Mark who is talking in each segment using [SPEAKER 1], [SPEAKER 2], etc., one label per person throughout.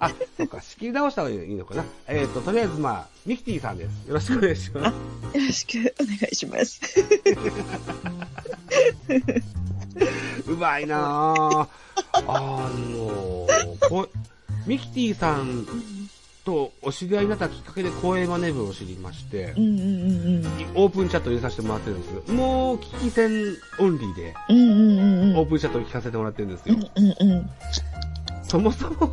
[SPEAKER 1] あ、そっか、仕切り直した方がいいのかな。えっ、と、とりあえずまあ、ミキティさんです。よろしくお願いします。
[SPEAKER 2] よろしくお願いします。
[SPEAKER 1] うまいなぁ。あのーこミキティさんとお知り合いになったきっかけで光栄マネーブを知りまして
[SPEAKER 2] う、んうんうんうん。
[SPEAKER 1] オープンチャット入れさせてもらってるんです。もう、危機戦オンリーで、
[SPEAKER 2] うんうんうんうん。
[SPEAKER 1] オープンチャットを聞かせてもらってるんです
[SPEAKER 2] う
[SPEAKER 1] よ。
[SPEAKER 2] んうんうん。
[SPEAKER 1] そもそも、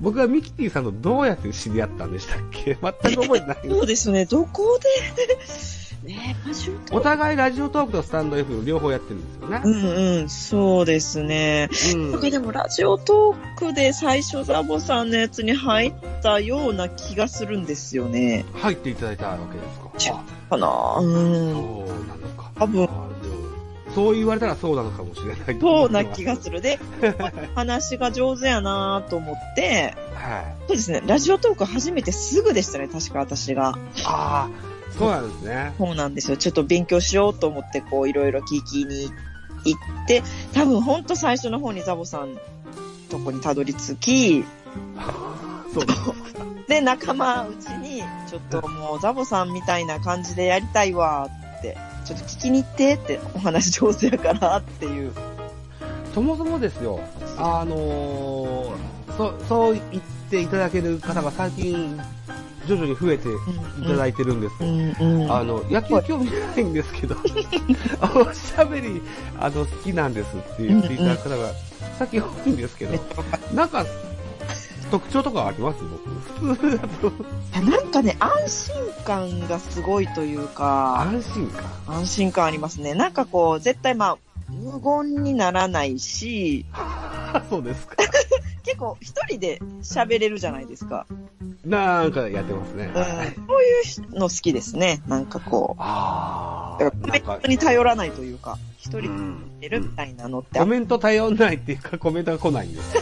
[SPEAKER 1] 僕はミキティさんとどうやって知り合ったんでしたっけ全く覚えてない。
[SPEAKER 2] そうですね、どこで ねえ、パシュート
[SPEAKER 1] お互いラジオトークとスタンド F 両方やってるんですよね
[SPEAKER 2] う。んうん、そうですね。
[SPEAKER 1] うん
[SPEAKER 2] なんかでも、ラジオトークで最初ザボさんのやつに入ったような気がするんですよね。
[SPEAKER 1] 入っていただいたわけです
[SPEAKER 2] ち
[SPEAKER 1] か。あ
[SPEAKER 2] かなうん。
[SPEAKER 1] そうなのか。
[SPEAKER 2] 多分
[SPEAKER 1] あでもそう言われたらそうなのかもしれない。
[SPEAKER 2] そうな気がす
[SPEAKER 1] る。
[SPEAKER 2] る。で、話が上手やなと思って、
[SPEAKER 1] はい。
[SPEAKER 2] そうですね、ラジオトーク初めてすぐでしたね、確か私が。
[SPEAKER 1] ああ、そうなんですね。
[SPEAKER 2] そうなんですよ。ちょっと勉強しようと思って、こう、いろいろ聞きに行って、多分ほんと最初の方にザボさんとこにたどり着き、
[SPEAKER 1] そうだ。
[SPEAKER 2] で、仲間うちに、ちょっともうザボさんみたいな感じでやりたいわって、ちょっと聞きに行ってって、お話上手やからっていう。
[SPEAKER 1] そもそもですよ、あのー、そう、そう言っていただける方が最近、徐々に増えていただいてるんです。
[SPEAKER 2] うんうん。
[SPEAKER 1] あの、野球興味ないんですけど、 おしゃべり、あの、好きなんですって言っていただく方が、さっき多いんですけど、なんか、特徴とかあります僕。普通だと、
[SPEAKER 2] なんかね、安心感がすごいというか、
[SPEAKER 1] 安心感。
[SPEAKER 2] 安心感ありますね。なんかこう、絶対まあ、無言にならないし、
[SPEAKER 1] あ そうですか。
[SPEAKER 2] 結構一人で喋れるじゃないですか。
[SPEAKER 1] なんかやってますね。
[SPEAKER 2] うん、そういうの好きですね。なんかこ
[SPEAKER 1] あ
[SPEAKER 2] う。だか
[SPEAKER 1] ー、な
[SPEAKER 2] らコメ
[SPEAKER 1] んか
[SPEAKER 2] ント、に頼らないというか、一
[SPEAKER 1] う
[SPEAKER 2] 人
[SPEAKER 1] ん
[SPEAKER 2] でるみたいなのって、
[SPEAKER 1] コメント頼んないっていうか、コメントが来ないんです。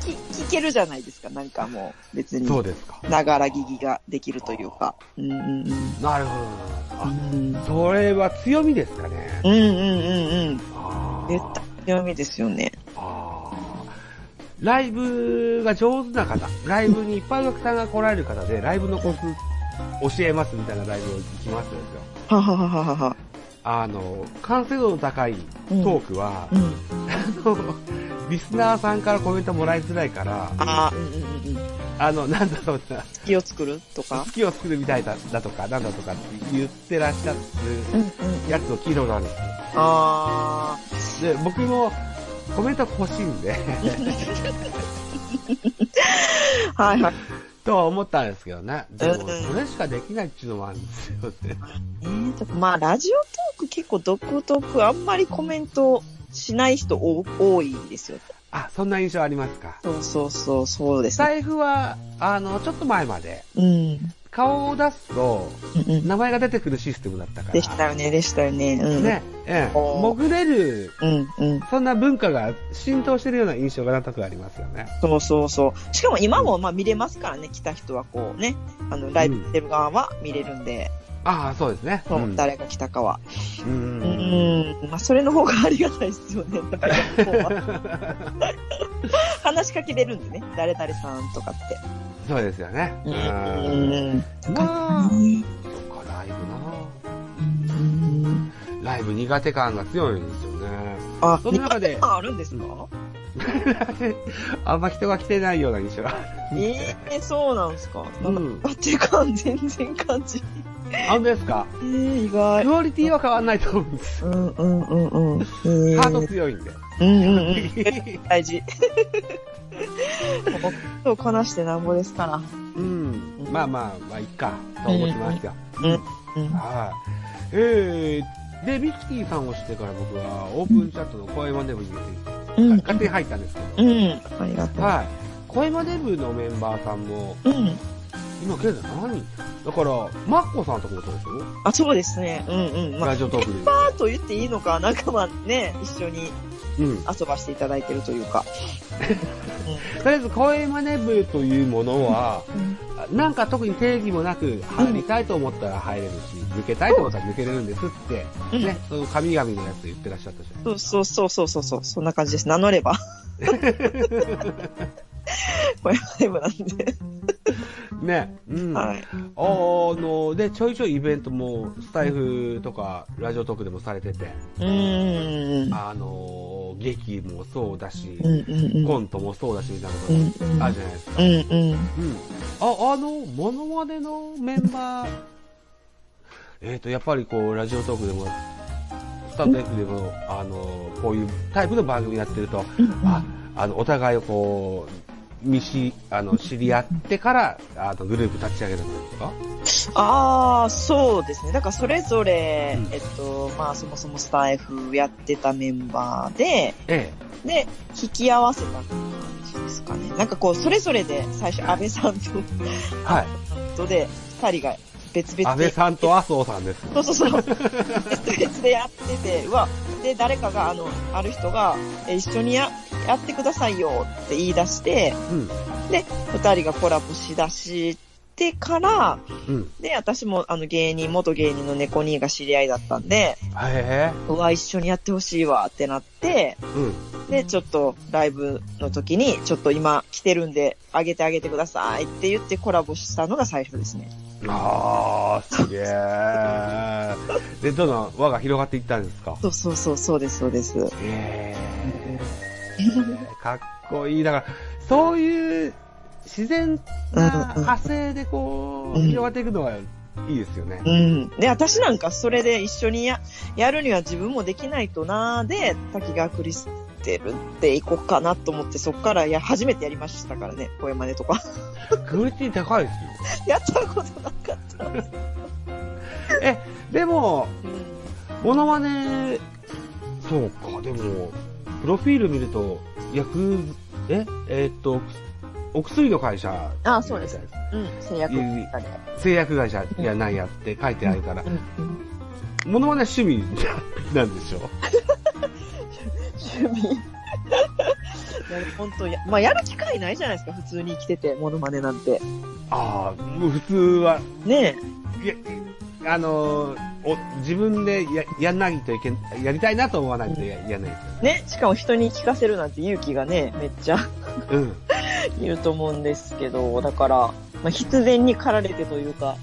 [SPEAKER 2] き聞けるじゃないですか。なんかもう別
[SPEAKER 1] そう
[SPEAKER 2] に、
[SPEAKER 1] ですか。
[SPEAKER 2] ながら聞きができるというか。うんうんうん。
[SPEAKER 1] なるほど。
[SPEAKER 2] う
[SPEAKER 1] あ
[SPEAKER 2] ん
[SPEAKER 1] それは強みですかね。
[SPEAKER 2] うんうんうんうん。
[SPEAKER 1] あー
[SPEAKER 2] 絶対強みですよね。
[SPEAKER 1] あーライブが上手な方、ライブにいっぱいお客さんが来られる方で、ライブのコツ教えますみたいなライブを行きますとですよ。
[SPEAKER 2] はははははは。
[SPEAKER 1] あの、完成度の高いト
[SPEAKER 2] うん
[SPEAKER 1] ークは、
[SPEAKER 2] うん。
[SPEAKER 1] あのリスナーさんからコメントもらいづらいから、
[SPEAKER 2] ああ、うんうんうん。
[SPEAKER 1] あの、なんだろうな、
[SPEAKER 2] 気を作るとか
[SPEAKER 1] 好。きを作るみたいだだとか、なんだとかって言ってらっしゃる
[SPEAKER 2] うんうん。
[SPEAKER 1] やつを聞いたことあるんですよ
[SPEAKER 2] あ
[SPEAKER 1] で、僕もコメント欲しいんで、
[SPEAKER 2] あ。はいはい。
[SPEAKER 1] とは思ったんですけどね。でも、
[SPEAKER 2] うん
[SPEAKER 1] それしかできないっていうのもあるんですよね。
[SPEAKER 2] えーと、まあ、ラジオトーク結構独特、あんまりコメントしない人多多いですよ。
[SPEAKER 1] あ、そんな印象ありますか。
[SPEAKER 2] そうそうそう、そうですね。
[SPEAKER 1] 財布は、あの、ちょっと前まで、
[SPEAKER 2] うん。
[SPEAKER 1] 顔を出すと、
[SPEAKER 2] うんうん
[SPEAKER 1] 名前が出てくるシステムだったから。
[SPEAKER 2] でしたよね、でしたよね。うん。
[SPEAKER 1] ね。ええ。
[SPEAKER 2] お
[SPEAKER 1] 潜れる、
[SPEAKER 2] うんうん。
[SPEAKER 1] そんな文化が浸透してるような印象がなんとなくありますよね。
[SPEAKER 2] そうそうそう。しかも今もまあ見れますからね、来た人はこうね、あの、ライブしてる側は見れるんで、
[SPEAKER 1] ああ、そうですね。
[SPEAKER 2] そう
[SPEAKER 1] うん
[SPEAKER 2] 誰が来たかは。
[SPEAKER 1] う
[SPEAKER 2] うんん。まあ、それの方がありがたいですよね。だ からこう話しかけれるんでね、誰々さんとかって。
[SPEAKER 1] そうですよね。
[SPEAKER 2] う
[SPEAKER 1] うんん。
[SPEAKER 2] うん
[SPEAKER 1] まあ、そっか、ライブな
[SPEAKER 2] うん。
[SPEAKER 1] ライブ苦手感が強いんですよね。
[SPEAKER 2] あ、
[SPEAKER 1] その中で
[SPEAKER 2] 日本あるんですか
[SPEAKER 1] あんま人が来てないような印象が
[SPEAKER 2] ええそうなんですか。
[SPEAKER 1] う
[SPEAKER 2] なんか、
[SPEAKER 1] ん。
[SPEAKER 2] あっていう感じ、全然感じ。
[SPEAKER 1] あ、本当ですか
[SPEAKER 2] ええ意外。
[SPEAKER 1] クオリティは変わんないと思うんです。
[SPEAKER 2] うんうんうんうん。ええ
[SPEAKER 1] ハート強いんで。
[SPEAKER 2] うんうんうん。大事。そう、こなしてなんぼですから。
[SPEAKER 1] うん。まあまあ、まあ、いっか、と思ってますよ。
[SPEAKER 2] うん。
[SPEAKER 1] はい。えー、で、ミキティさんをしてから僕は、オープンチャットの声マネブに
[SPEAKER 2] うん。
[SPEAKER 1] 勝手に入ったんですけ
[SPEAKER 2] う
[SPEAKER 1] ど、
[SPEAKER 2] ん。ありがとう。
[SPEAKER 1] はい。声マネブのメンバーさんも、
[SPEAKER 2] うん。
[SPEAKER 1] 今現在何人だから、マッコさんとかもそうでしょ
[SPEAKER 2] あ、そうですね。うんうん。まあ、
[SPEAKER 1] ラジオトークで
[SPEAKER 2] パーと言っていいのか、なんかまあね、一緒に
[SPEAKER 1] 言う。うん。
[SPEAKER 2] 遊ばしていただいてるというか。
[SPEAKER 1] とりあえず、声マネブというものは、
[SPEAKER 2] うん
[SPEAKER 1] なんか特に定義もなく、入りたいと思ったら入れるし、抜けたいと思ったら抜けれるんですって、
[SPEAKER 2] うん
[SPEAKER 1] ね、その神々のやつ言ってらっしゃったじゃん。
[SPEAKER 2] そうそうそうそうそうそう、そんな感じです。名乗れば。小山ライブなんで。
[SPEAKER 1] ね。うん。あ
[SPEAKER 2] はい。
[SPEAKER 1] の、で、ちょいちょいイベントも、スタイフとか、ラジオトークでもされてて、
[SPEAKER 2] うーん。
[SPEAKER 1] あの、劇もそうだし
[SPEAKER 2] う、んうんうん。
[SPEAKER 1] コントもそうだし、みたいなこ
[SPEAKER 2] うん
[SPEAKER 1] と
[SPEAKER 2] うん。
[SPEAKER 1] あるじゃないですか。
[SPEAKER 2] うんうん。
[SPEAKER 1] うん。あ、あの、モノマネのメンバー、えっと、やっぱりこう、ラジオトークでも、スタンド F でも、あの、こういうタイプの番組やってると、あ、あの、お互いをこう、見し、あの、知り合ってから、あの、グループ立ち上げるんですか
[SPEAKER 2] ああ、そうですね。だからそれぞれ、
[SPEAKER 1] うん
[SPEAKER 2] えっと、まあそもそもスタイフやってたメンバーで、
[SPEAKER 1] え
[SPEAKER 2] で、引き合わせた感じですかね。なんかこう、それぞれで最初、安倍さんと、
[SPEAKER 1] え。はい。
[SPEAKER 2] とで、二人が別々で。
[SPEAKER 1] 安倍さんと麻生さんです。
[SPEAKER 2] そうそうそう。別々でやってて、うわ、で、誰かが、あの、ある人が、え一緒にや、やってくださいよって言い出して、
[SPEAKER 1] うん。
[SPEAKER 2] 二人がコラボしだしてから、
[SPEAKER 1] うん。
[SPEAKER 2] で、私も、あの、芸人、元芸人の猫兄が知り合いだったんで、
[SPEAKER 1] へえ。
[SPEAKER 2] うわ、一緒にやってほしいわってなって、
[SPEAKER 1] うん。
[SPEAKER 2] で、ちょっとライブの時に、ちょっと今来てるんで、あげてあげてくださいって言ってコラボしたのが最初ですね。
[SPEAKER 1] あー、すげえ。で、どんどん輪が広がっていったんですか
[SPEAKER 2] そうそうそう、そうです、そうです。
[SPEAKER 1] へえ。かっこいい。だから、そういう自然な派生でこう、
[SPEAKER 2] うん
[SPEAKER 1] 広がっていくのがいいですよね
[SPEAKER 2] う。ん。で、私なんかそれで一緒にや、やるには自分もできないとなーで、滝川クリステルで行こうかなと思って、そっからや、初めてやりましたからね、声真似とか。
[SPEAKER 1] クオリティ高いです
[SPEAKER 2] やったことなかった。
[SPEAKER 1] よ。え、でも、
[SPEAKER 2] うん
[SPEAKER 1] モノマネ、そうか、でも、プロフィール見ると、薬、ええーっと、お薬の会社。
[SPEAKER 2] あそうです。うん、制約。
[SPEAKER 1] いい製薬会社やなんやって書いてあるから、モノマネ趣味 なんでしょ
[SPEAKER 2] 趣味。い や本当や、まあ、やる機会ないじゃないですか、普通に生きてて、モノマネなんて。
[SPEAKER 1] ああ、もう普通は
[SPEAKER 2] ね
[SPEAKER 1] いや、あのーお、自分でや、やんないといけん、やりたいなと思わないとややんないですよ
[SPEAKER 2] え。ね、しかも人に聞かせるなんて勇気がね、めっちゃ
[SPEAKER 1] ね。うん。
[SPEAKER 2] いると思うんですけど、だから、まあ、必然に駆られてというか、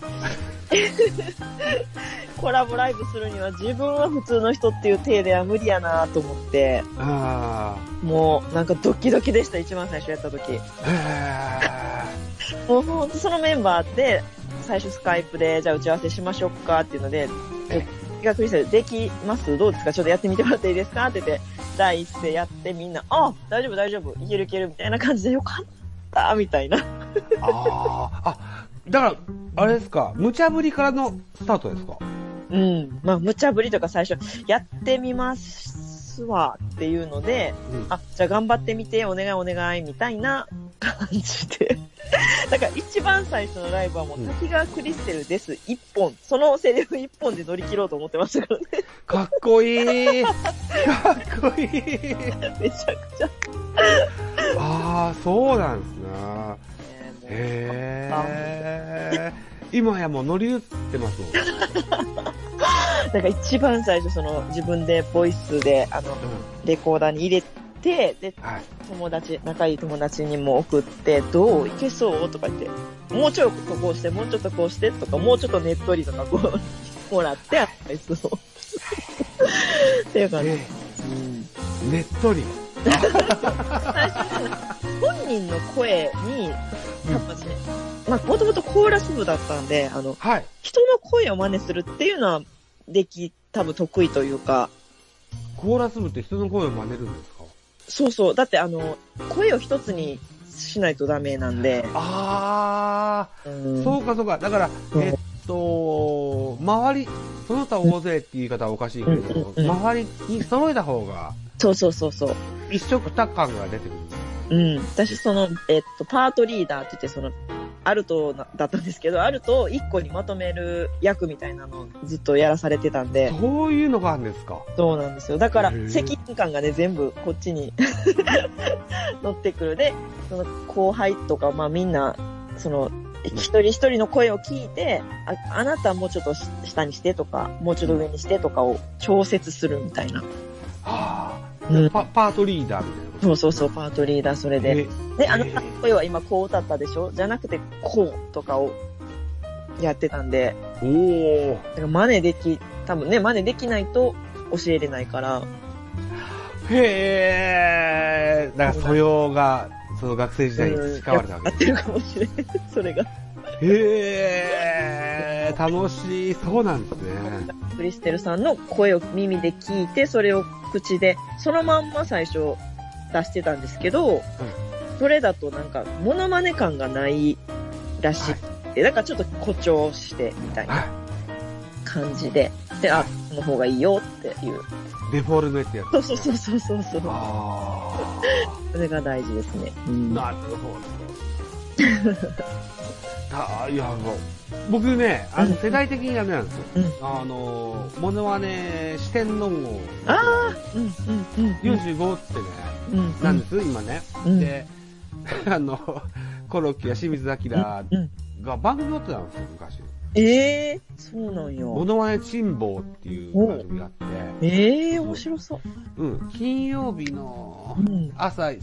[SPEAKER 2] コラボライブするには自分は普通の人っていう体では無理やなと思って、
[SPEAKER 1] あ
[SPEAKER 2] もうなんかドキドキでした、一番最初やった時。
[SPEAKER 1] あ、へ
[SPEAKER 2] もうほんとそのメンバーで、最初スカイプで、じゃあ打ち合わせしましょうかっていうので、
[SPEAKER 1] え
[SPEAKER 2] え、がクリスタルできますどうですかちょっとやってみてもらっていいですかって言って、第一声やってみんな、あ、大丈夫大丈夫、いけるいけるみたいな感じでよかった、みたいな。
[SPEAKER 1] ーああ、あ、だから、あれですか、無茶ぶりからのスタートですか
[SPEAKER 2] うん。まあ、無茶ぶりとか最初、やってみますわっていうので、
[SPEAKER 1] うん
[SPEAKER 2] あ、じゃあ頑張ってみて、お願いお願い、みたいな 感じで。だから一番最初のライブはもう、
[SPEAKER 1] うん
[SPEAKER 2] 滝川クリステルです、一本。そのセリフ一本で乗り切ろうと思ってましたからね。
[SPEAKER 1] かっこいい。かっこいい。
[SPEAKER 2] めちゃくちゃ。
[SPEAKER 1] ああ、そうなんですね。へえ。今やもう乗り移ってますもん。
[SPEAKER 2] だから一番最初、その自分でボイスで、あの、
[SPEAKER 1] う
[SPEAKER 2] レコーダーに入れて、で、
[SPEAKER 1] ん、はい。
[SPEAKER 2] 友達、仲いい友達にも送って、どういけそうとか言って、もうちょっとこうして、もうちょっとこうしてとか、もうちょっとねっとりとかこう、 もらって、あいつを。 っていう感じ。
[SPEAKER 1] ええねっとり。
[SPEAKER 2] 本人の声に、多分ね、まあ、もともとコーラス部だったんで、あの、
[SPEAKER 1] はい。
[SPEAKER 2] 人の声を真似するっていうのは、でき、多分得意というか、
[SPEAKER 1] コーラス部って人の声を真似るんですか
[SPEAKER 2] そうそう、だってあの、声を一つにしないとダメなんで、
[SPEAKER 1] あ
[SPEAKER 2] う
[SPEAKER 1] あ、
[SPEAKER 2] ん
[SPEAKER 1] そうかそうか。だから、
[SPEAKER 2] うん
[SPEAKER 1] えっと、周り、その他大勢って言い方はおかしいけれども、
[SPEAKER 2] うんうんうん
[SPEAKER 1] 周りに揃えた方が、
[SPEAKER 2] そうそうそうそう。
[SPEAKER 1] 一色多感が出てくる。
[SPEAKER 2] うん。私、その、えっと、パートリーダーって言って、その、アルトなだったんですけど、アルトを一個にまとめる役みたいなのをずっとやらされてたんで、
[SPEAKER 1] そういうのがあるんですか
[SPEAKER 2] そうなんですよ。だから
[SPEAKER 1] へー、
[SPEAKER 2] 責任感がね、全部こっちに 乗ってくる。で、その、後輩とか、まあみんな、その、一人一人の声を聞いて、ああなたもうちょっとし下にしてとか、もうちょっと上にしてとかを調節するみたいな。
[SPEAKER 1] はあ、
[SPEAKER 2] うん
[SPEAKER 1] パパートリーダーみたいなこと
[SPEAKER 2] そうそうそう、パートリーダー、それで。
[SPEAKER 1] ね
[SPEAKER 2] で、あの
[SPEAKER 1] えー
[SPEAKER 2] 声は今こう歌ったでしょじゃなくて、こうとかをやってたんで、
[SPEAKER 1] おー。
[SPEAKER 2] だから真似でき、多分ね、真似できないと教えれないから、
[SPEAKER 1] へー。だから素養が、その学生時代に
[SPEAKER 2] うん
[SPEAKER 1] 培われたわ
[SPEAKER 2] や
[SPEAKER 1] け
[SPEAKER 2] っ。てるかもしれない。 それが。
[SPEAKER 1] へー。楽しそうなんですね。
[SPEAKER 2] クリステルさんの声を耳で聞いて、それを口で、そのまんま最初出してたんですけど、それだとなんか、モノマネ感がないらしくて、だからちょっと誇張してみたいな
[SPEAKER 1] は
[SPEAKER 2] 感じで、で、あ、この方がいいよっていう。
[SPEAKER 1] い。デフォルメってやつ。
[SPEAKER 2] そうそうそうそうそうそう。
[SPEAKER 1] あ
[SPEAKER 2] それが大事ですね。
[SPEAKER 1] ー。なるほど。 たいや、もう、僕ね、あの、世代的にあれなんですよ。
[SPEAKER 2] うん
[SPEAKER 1] あの、モノマネ四天王を。
[SPEAKER 2] あうんうんうん。
[SPEAKER 1] 45ってね、
[SPEAKER 2] うん
[SPEAKER 1] なんです、今ね。
[SPEAKER 2] うん
[SPEAKER 1] で、 あの、コロッケや清水明
[SPEAKER 2] うん。
[SPEAKER 1] が番組持ってたんですよ、昔。
[SPEAKER 2] ええそうなん
[SPEAKER 1] モ
[SPEAKER 2] よ。
[SPEAKER 1] ノマネ珍宝っていう番組があって、
[SPEAKER 2] ええ面白そう。
[SPEAKER 1] うん、金曜日の
[SPEAKER 2] うん。
[SPEAKER 1] 朝、し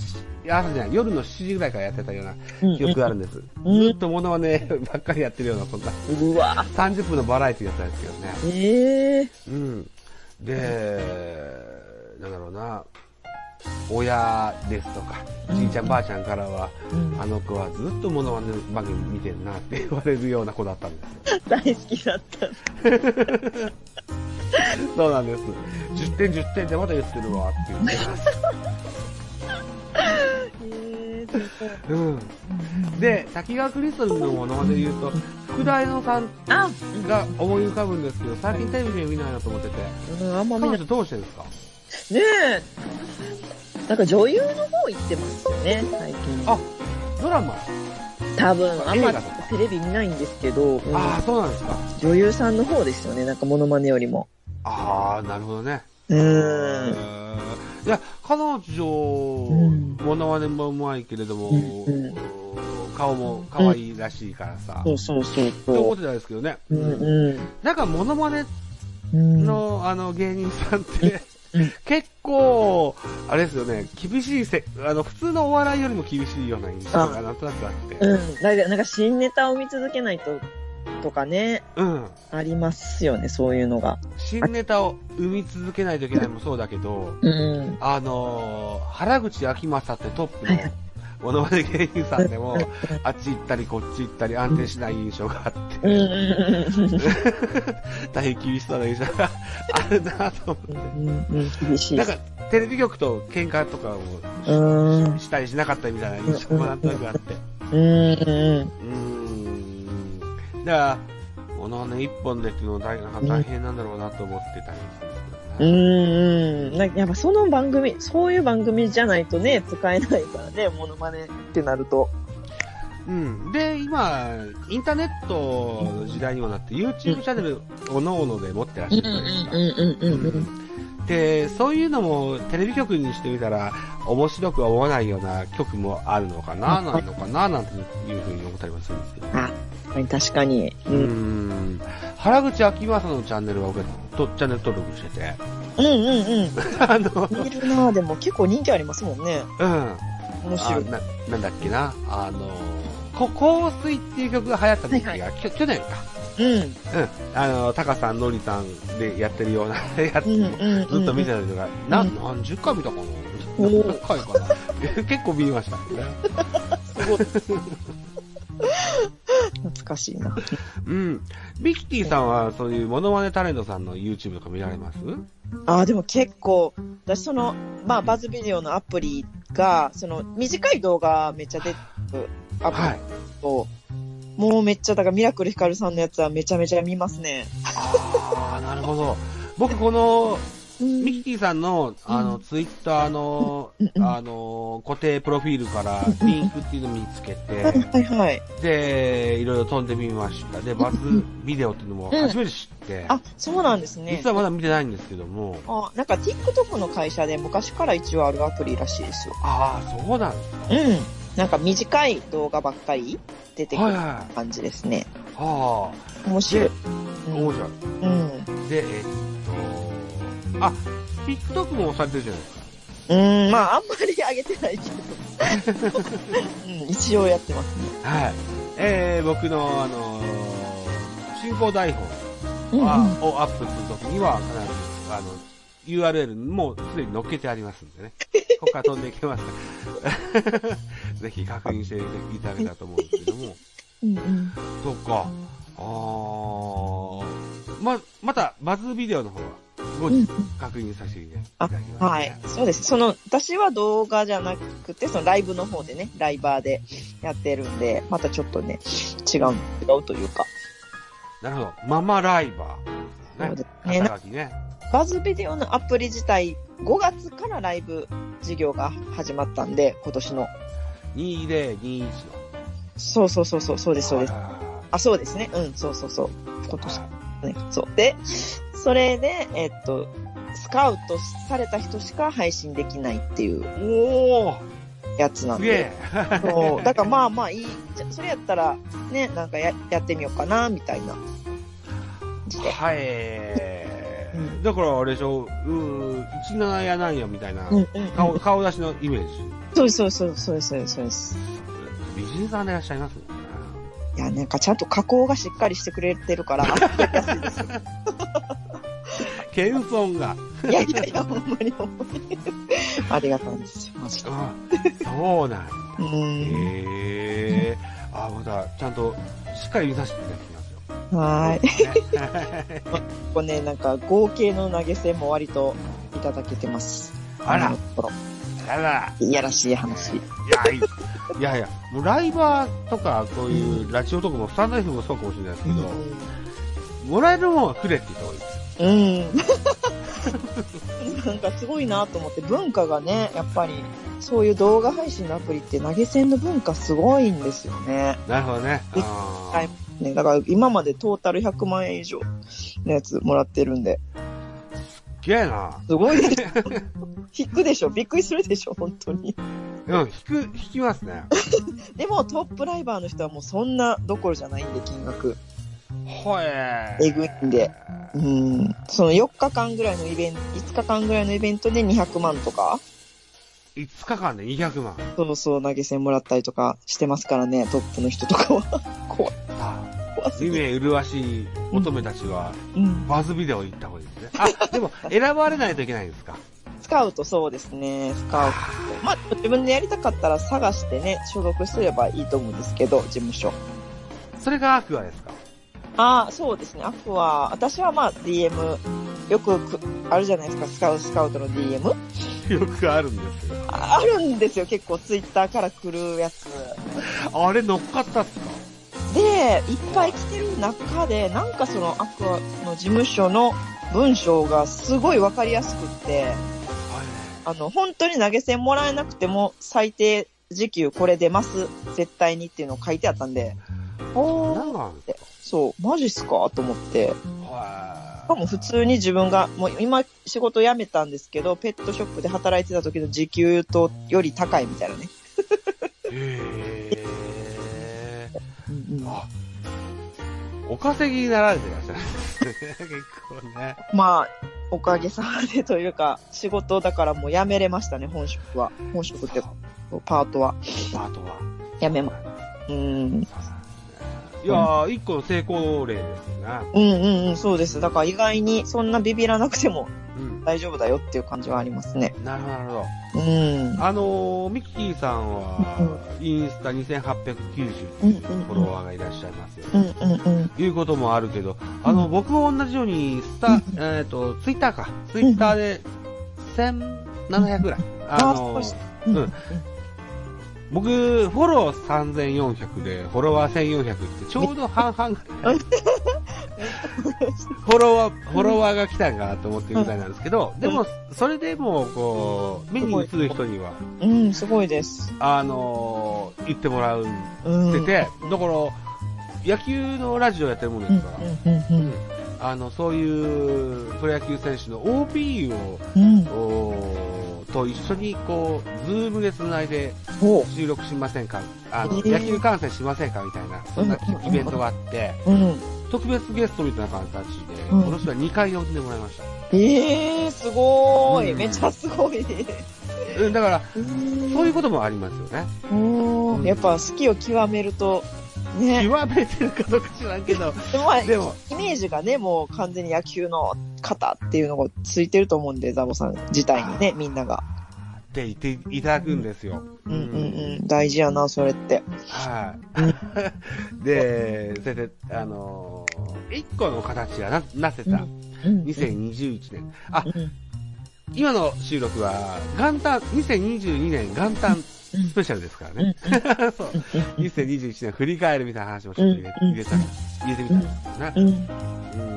[SPEAKER 1] 朝じゃない、夜の7時ぐらいからやってたような
[SPEAKER 2] うん
[SPEAKER 1] 記憶があるんです。ず
[SPEAKER 2] うん
[SPEAKER 1] っ。とモノマネばっかりやってるような、そんな
[SPEAKER 2] うわ。
[SPEAKER 1] 30分のバラエティだったんですけどね。
[SPEAKER 2] ええ
[SPEAKER 1] うん。で、なんだろうな、親ですとか、じいちゃんばあちゃんからは、
[SPEAKER 2] うん
[SPEAKER 1] あの子はずっとモノマネ番組見てるなって言われるような子だったんです よ。
[SPEAKER 2] 大好きだった。
[SPEAKER 1] そうなんです。10点10点でまだ言ってるわって言ってます。
[SPEAKER 2] えー
[SPEAKER 1] うん。で、滝川クリストルのモノマネで言うと、福田のさん
[SPEAKER 2] あ、
[SPEAKER 1] が思い浮かぶんですけど、最近テレビで見ないなと思ってて、
[SPEAKER 2] うん、あんま
[SPEAKER 1] 彼女
[SPEAKER 2] 見ない。ね
[SPEAKER 1] どうしてるんですか
[SPEAKER 2] え。なんか女優の方行ってますよね、最近。
[SPEAKER 1] あドラマ
[SPEAKER 2] 多分、あんま
[SPEAKER 1] 映画とか
[SPEAKER 2] テレビ見ないんですけど、うん
[SPEAKER 1] ああ、そうなんですか。
[SPEAKER 2] 女優さんの方ですよね、なんかモノマネよりも。
[SPEAKER 1] ああ、なるほどね。
[SPEAKER 2] う
[SPEAKER 1] う
[SPEAKER 2] ーん。
[SPEAKER 1] ーん。いや、彼女、
[SPEAKER 2] ん
[SPEAKER 1] モノマネもうまいけれども
[SPEAKER 2] うんう、
[SPEAKER 1] 顔も可愛いらしいからさ。
[SPEAKER 2] そうそうそう
[SPEAKER 1] そう思
[SPEAKER 2] そ
[SPEAKER 1] ってたんですけどね。
[SPEAKER 2] う。うんう
[SPEAKER 1] なんか、モノマネ
[SPEAKER 2] ん。うん。
[SPEAKER 1] の、あの、芸人さんって
[SPEAKER 2] うん、
[SPEAKER 1] 結構、あれですよね、厳しいせ、あの、普通のお笑いよりも厳しいような印象がなんとなくあって。
[SPEAKER 2] うん。だからなんか新ネタを見続けないと、とかね、
[SPEAKER 1] うん。
[SPEAKER 2] ありますよね、そういうのが。
[SPEAKER 1] 新ネタを生み続けないといけないのもそうだけど、
[SPEAKER 2] うん。
[SPEAKER 1] あのー、原口あきまさってトップ
[SPEAKER 2] は
[SPEAKER 1] の
[SPEAKER 2] いはい、
[SPEAKER 1] モノマネ芸人さんでも、あっち行ったりこっち行ったり安定しない印象があっ
[SPEAKER 2] うん
[SPEAKER 1] て、
[SPEAKER 2] うん
[SPEAKER 1] 大変厳しそうな印象があるなぁと思っ
[SPEAKER 2] うんうん。うんうん、厳しい。
[SPEAKER 1] て。なんか、テレビ局と喧嘩とかを
[SPEAKER 2] うん。
[SPEAKER 1] したりしなかったみたいな印象もなんとなくあって。
[SPEAKER 2] うんうん。
[SPEAKER 1] うーん。だから、ものね、一本でっていうのも大変大変なんだろうなと思ってたりするんです
[SPEAKER 2] う
[SPEAKER 1] けどね。
[SPEAKER 2] んうん。なんかやっぱその番組、そういう番組じゃないとね、使えないからね、モノマネってなると。
[SPEAKER 1] うん。で、今、インターネットの時代にもなって、YouTube チャンネル、おのおので持ってらっしゃるじゃないですか。
[SPEAKER 2] う
[SPEAKER 1] で、そういうのもテレビ局にしてみたら面白くは思わないような曲もあるのかな、
[SPEAKER 2] うん
[SPEAKER 1] ないのかな、なんていうふうに思ったりもするんですけど。
[SPEAKER 2] ん。確かに。う
[SPEAKER 1] うんん。原口あきまさのチャンネルは僕、とチャンネル登録してて、
[SPEAKER 2] うんうん
[SPEAKER 1] あの、
[SPEAKER 2] うん。いるなぁでも結構人気ありますもんね。
[SPEAKER 1] うん。
[SPEAKER 2] 面白い。
[SPEAKER 1] あななんだっけな、あのこ、香水っていう曲が流行った時が、
[SPEAKER 2] はい
[SPEAKER 1] きょ去年か。
[SPEAKER 2] うん。
[SPEAKER 1] うん。あの、タカさん、ノリさんでやってるような やつ
[SPEAKER 2] うん
[SPEAKER 1] も
[SPEAKER 2] うんうん。
[SPEAKER 1] ずっと見て
[SPEAKER 2] た。
[SPEAKER 1] たりとか、な
[SPEAKER 2] うん
[SPEAKER 1] 何十回見たかな
[SPEAKER 2] おー
[SPEAKER 1] 何回かな 結構見ましたね。
[SPEAKER 2] 懐かしいな。
[SPEAKER 1] うん。ビキティさんは、そういうモノマネタレントさんの YouTube とか見られます
[SPEAKER 2] ああ、でも結構、私その、まあ、バズビデオのアプリが、その、短い動画めっちゃ出てるアプリ
[SPEAKER 1] はい。
[SPEAKER 2] と、もうめっちゃ、だからミラクルヒカルさんのやつはめちゃめちゃ見ますね。
[SPEAKER 1] ああ、なるほど。僕、この、
[SPEAKER 2] うん
[SPEAKER 1] ミキティさんの、あの、
[SPEAKER 2] うん
[SPEAKER 1] ツイッターの
[SPEAKER 2] うん、うん
[SPEAKER 1] あの、固定プロフィールからリンクっていうの見つけ
[SPEAKER 2] はい
[SPEAKER 1] て、
[SPEAKER 2] はいはい。
[SPEAKER 1] で、いろいろ飛んでみました。で、バズビデオっていうのも初めて知って、
[SPEAKER 2] あ、そうなんですね
[SPEAKER 1] 実。はまだ見てないんですけども、
[SPEAKER 2] あなんか TikTok の会社で昔から一応あるアプリらしいですよ。
[SPEAKER 1] ああ、そうなんです
[SPEAKER 2] うん。なんか短い動画ばっかり出て
[SPEAKER 1] ね。
[SPEAKER 2] く
[SPEAKER 1] はい
[SPEAKER 2] る
[SPEAKER 1] は
[SPEAKER 2] 感じですね。
[SPEAKER 1] い。は
[SPEAKER 2] 面
[SPEAKER 1] あ。
[SPEAKER 2] 白い
[SPEAKER 1] で。、面白い。
[SPEAKER 2] うん。
[SPEAKER 1] で、えっと、あ、TikTok もされてるじゃないですか。
[SPEAKER 2] うん。ーん、まあ、あんまり上げてないけど。うん、一応やってますね。
[SPEAKER 1] はい。えー、僕の、あのー進行台本
[SPEAKER 2] うんうん、
[SPEAKER 1] は、をアップするときには、必ず、あの、URL もすでに載っけてありますん でね。ここから飛んでいけます。 ぜひ確認していただけたらと思うんですけども。
[SPEAKER 2] うんうん。
[SPEAKER 1] そうか。あー。ま、また、バズビデオの方は、後日確認させていただきます、
[SPEAKER 2] はい。そうです。その、私は動画じゃなくて、そのライブの方でね、ライバーでやってるんで、またちょっとね、違う、違うというか。
[SPEAKER 1] なるほど。ママライバー。
[SPEAKER 2] そ
[SPEAKER 1] ね
[SPEAKER 2] うで。すね
[SPEAKER 1] 肩書きね。
[SPEAKER 2] バズビデオのアプリ自体、5月からライブ事業が始まったんで、今年の。
[SPEAKER 1] 2021の。
[SPEAKER 2] そうそうそうそう、そうです、そうです。
[SPEAKER 1] は
[SPEAKER 2] あ、そうですね。うん、そうそうそう。今
[SPEAKER 1] い
[SPEAKER 2] 年ね。そう。で、それで、えっと、スカウトされた人しか配信できないっていう
[SPEAKER 1] おー
[SPEAKER 2] やつなん
[SPEAKER 1] す
[SPEAKER 2] で。
[SPEAKER 1] げえ
[SPEAKER 2] そう。だからまあまあいい。じゃそれやったら、ね、なんかややってみようかな、みたいな。じで。
[SPEAKER 1] はい、
[SPEAKER 2] うん
[SPEAKER 1] だからあれでしょ、うーん、17やなんやみたいな、
[SPEAKER 2] うんうんうん。
[SPEAKER 1] 顔顔出しのイメージ。
[SPEAKER 2] そうですそうですそうですそうですそうです。
[SPEAKER 1] 美人さんでいらっしゃいますね。
[SPEAKER 2] いや、なんかちゃんと加工がしっかりしてくれて るから、やりやすいですよ。
[SPEAKER 1] 謙遜が。
[SPEAKER 2] いやいやいや、ほんまにほんまに。 ありがたいんですよ、マジで。
[SPEAKER 1] あそうなんや。
[SPEAKER 2] うーん。
[SPEAKER 1] へえ。あ、また、ちゃんと、しっかり見させていただきますよ。
[SPEAKER 2] はーい。
[SPEAKER 1] い。
[SPEAKER 2] ここね、なんか合計の投げ銭も割といただけてます。
[SPEAKER 1] あら
[SPEAKER 2] の頃
[SPEAKER 1] あら、
[SPEAKER 2] いやらしい話。
[SPEAKER 1] いや、いいいやいや、もうライバーとか、こういうラジオとかも、スタンド F もそうかもしれないですけど、もらえるもんはくれって言った方がいいですよ。
[SPEAKER 2] うん。 なんかすごいなと思って、文化がね、やっぱり、そういう動画配信のアプリって投げ銭の文化すごいんですよね。
[SPEAKER 1] なるほどね。
[SPEAKER 2] い
[SPEAKER 1] あー
[SPEAKER 2] はいね、だから今までトータル100万円以上のやつもらってるんで、
[SPEAKER 1] すげえな。
[SPEAKER 2] すごいです よ。引くでしょびっくりするでしょ本当に。
[SPEAKER 1] うん、引く、引きますね。
[SPEAKER 2] でもトップライバーの人はもうそんなどころじゃないんで、金額。
[SPEAKER 1] ほえー。
[SPEAKER 2] えぐいんで。うん。その4日間ぐらいのイベント、5日間ぐらいのイベントで200万とか、
[SPEAKER 1] 5日間で200万。
[SPEAKER 2] そうそう投げ銭もらったりとかしてますからね、トップの人とかは。 怖い、
[SPEAKER 1] さあ、
[SPEAKER 2] 怖すぎる。
[SPEAKER 1] 夢麗しい乙女たちは、
[SPEAKER 2] うん。
[SPEAKER 1] バズビデオ行った方がいいですね。あ、でも、選ばれないといけないんですか。
[SPEAKER 2] スカウトそうですね、スカウト。まあ、自分でやりたかったら探してね、所属すればいいと思うんですけど、事務所。
[SPEAKER 1] それがアクアですか。
[SPEAKER 2] ああ、そうですね、アクは、私はまあ DM、よくくあるじゃないですか、スカウト、スカウトの DM。
[SPEAKER 1] よくあるんですよ。
[SPEAKER 2] ああるんですよ、結構ツイッターから来るやつ。
[SPEAKER 1] あれ乗っかったっすか
[SPEAKER 2] で、いっぱい来てる中で、なんかそのアクアの事務所の文章がすごいわかりやすくって、あの、本当に投げ銭もらえなくても最低時給これ出ます、絶対にっていうのを書いてあったんで、
[SPEAKER 1] おなんなんですか
[SPEAKER 2] そう、マジっすかと思って、しか
[SPEAKER 1] は
[SPEAKER 2] も普通に自分が、もう今仕事辞めたんですけど、ペットショップで働いてた時の時給とより高いみたいなね。
[SPEAKER 1] い。へー。
[SPEAKER 2] うんうん
[SPEAKER 1] あ、お稼ぎになられてらっしゃるん ですね。結構ね。
[SPEAKER 2] まあ、おかげさまでというか、仕事だからもう辞めれましたね、本職は。本職っていうかパートは
[SPEAKER 1] パートは。
[SPEAKER 2] やめま、うん。
[SPEAKER 1] いやー、一個の成功例ですよね。
[SPEAKER 2] うんうんうん、そうです。だから意外にそんなビビらなくても
[SPEAKER 1] うん。
[SPEAKER 2] 大丈夫だよっていう感じはありますね。
[SPEAKER 1] なるほど、なるほど。
[SPEAKER 2] うん。うん
[SPEAKER 1] あのー、ミッキーさんは、インスタ2890というフォロワーがいらっしゃいますよね。
[SPEAKER 2] うんうん。
[SPEAKER 1] いうこともあるけど、あの、僕も同じように、スタ、えっ、と、ツイッターか。ツイッターで、1700ぐらい。あの
[SPEAKER 2] そう
[SPEAKER 1] ー、僕、フォロー3400で、フォロワー1400って、ちょうど半々ぐ らい。フォロワー、フォロワーが来たんかなと思ってるみたいなんですけど、でも、それでも、こう、目に映る人には、
[SPEAKER 2] うん、すごいです。
[SPEAKER 1] あのー、言ってもらう
[SPEAKER 2] うん。
[SPEAKER 1] ってて、だから、野球のラジオやってるもんで
[SPEAKER 2] うんう
[SPEAKER 1] す
[SPEAKER 2] ん
[SPEAKER 1] から、
[SPEAKER 2] うん
[SPEAKER 1] あの、そういうプロ野球選手の OB を、
[SPEAKER 2] うん。うん。
[SPEAKER 1] おーと一緒にこう、ズームで繋いで
[SPEAKER 2] ほ
[SPEAKER 1] 収録しませんかあの、
[SPEAKER 2] えー
[SPEAKER 1] 野球観戦しませんかみたいな、そんな
[SPEAKER 2] うんうんうん
[SPEAKER 1] イベントがあって、
[SPEAKER 2] う。うん。
[SPEAKER 1] 特別ゲストみたいな形で、
[SPEAKER 2] うん
[SPEAKER 1] この人は2回呼んでもらいました。
[SPEAKER 2] ええー、すごーい。
[SPEAKER 1] うん
[SPEAKER 2] めちゃすごい。
[SPEAKER 1] うんだから、そう
[SPEAKER 2] そ
[SPEAKER 1] いうこともありますよね。
[SPEAKER 2] おーやっぱ好きを極めると、ね。
[SPEAKER 1] 極めてるかどうか知らんけど、
[SPEAKER 2] でもまあ
[SPEAKER 1] でも、
[SPEAKER 2] イメージがね、もう完全に野球の型っていうのがついてると思うんで、ザボさん自体にね、みんなが。
[SPEAKER 1] って言っていただくんですよ。
[SPEAKER 2] うんうんうん。大事やな、それって。
[SPEAKER 1] はい。で、それで、あのー、一個の形がな、なせた。
[SPEAKER 2] うん
[SPEAKER 1] 2021年。あ、
[SPEAKER 2] うん
[SPEAKER 1] 今の収録は、元旦、2022年元旦スペシャルですからね。そう。2021年振り返るみたいな話もちょっと入れ
[SPEAKER 2] うん
[SPEAKER 1] 入れた、入れてみたんですね。
[SPEAKER 2] うん。
[SPEAKER 1] う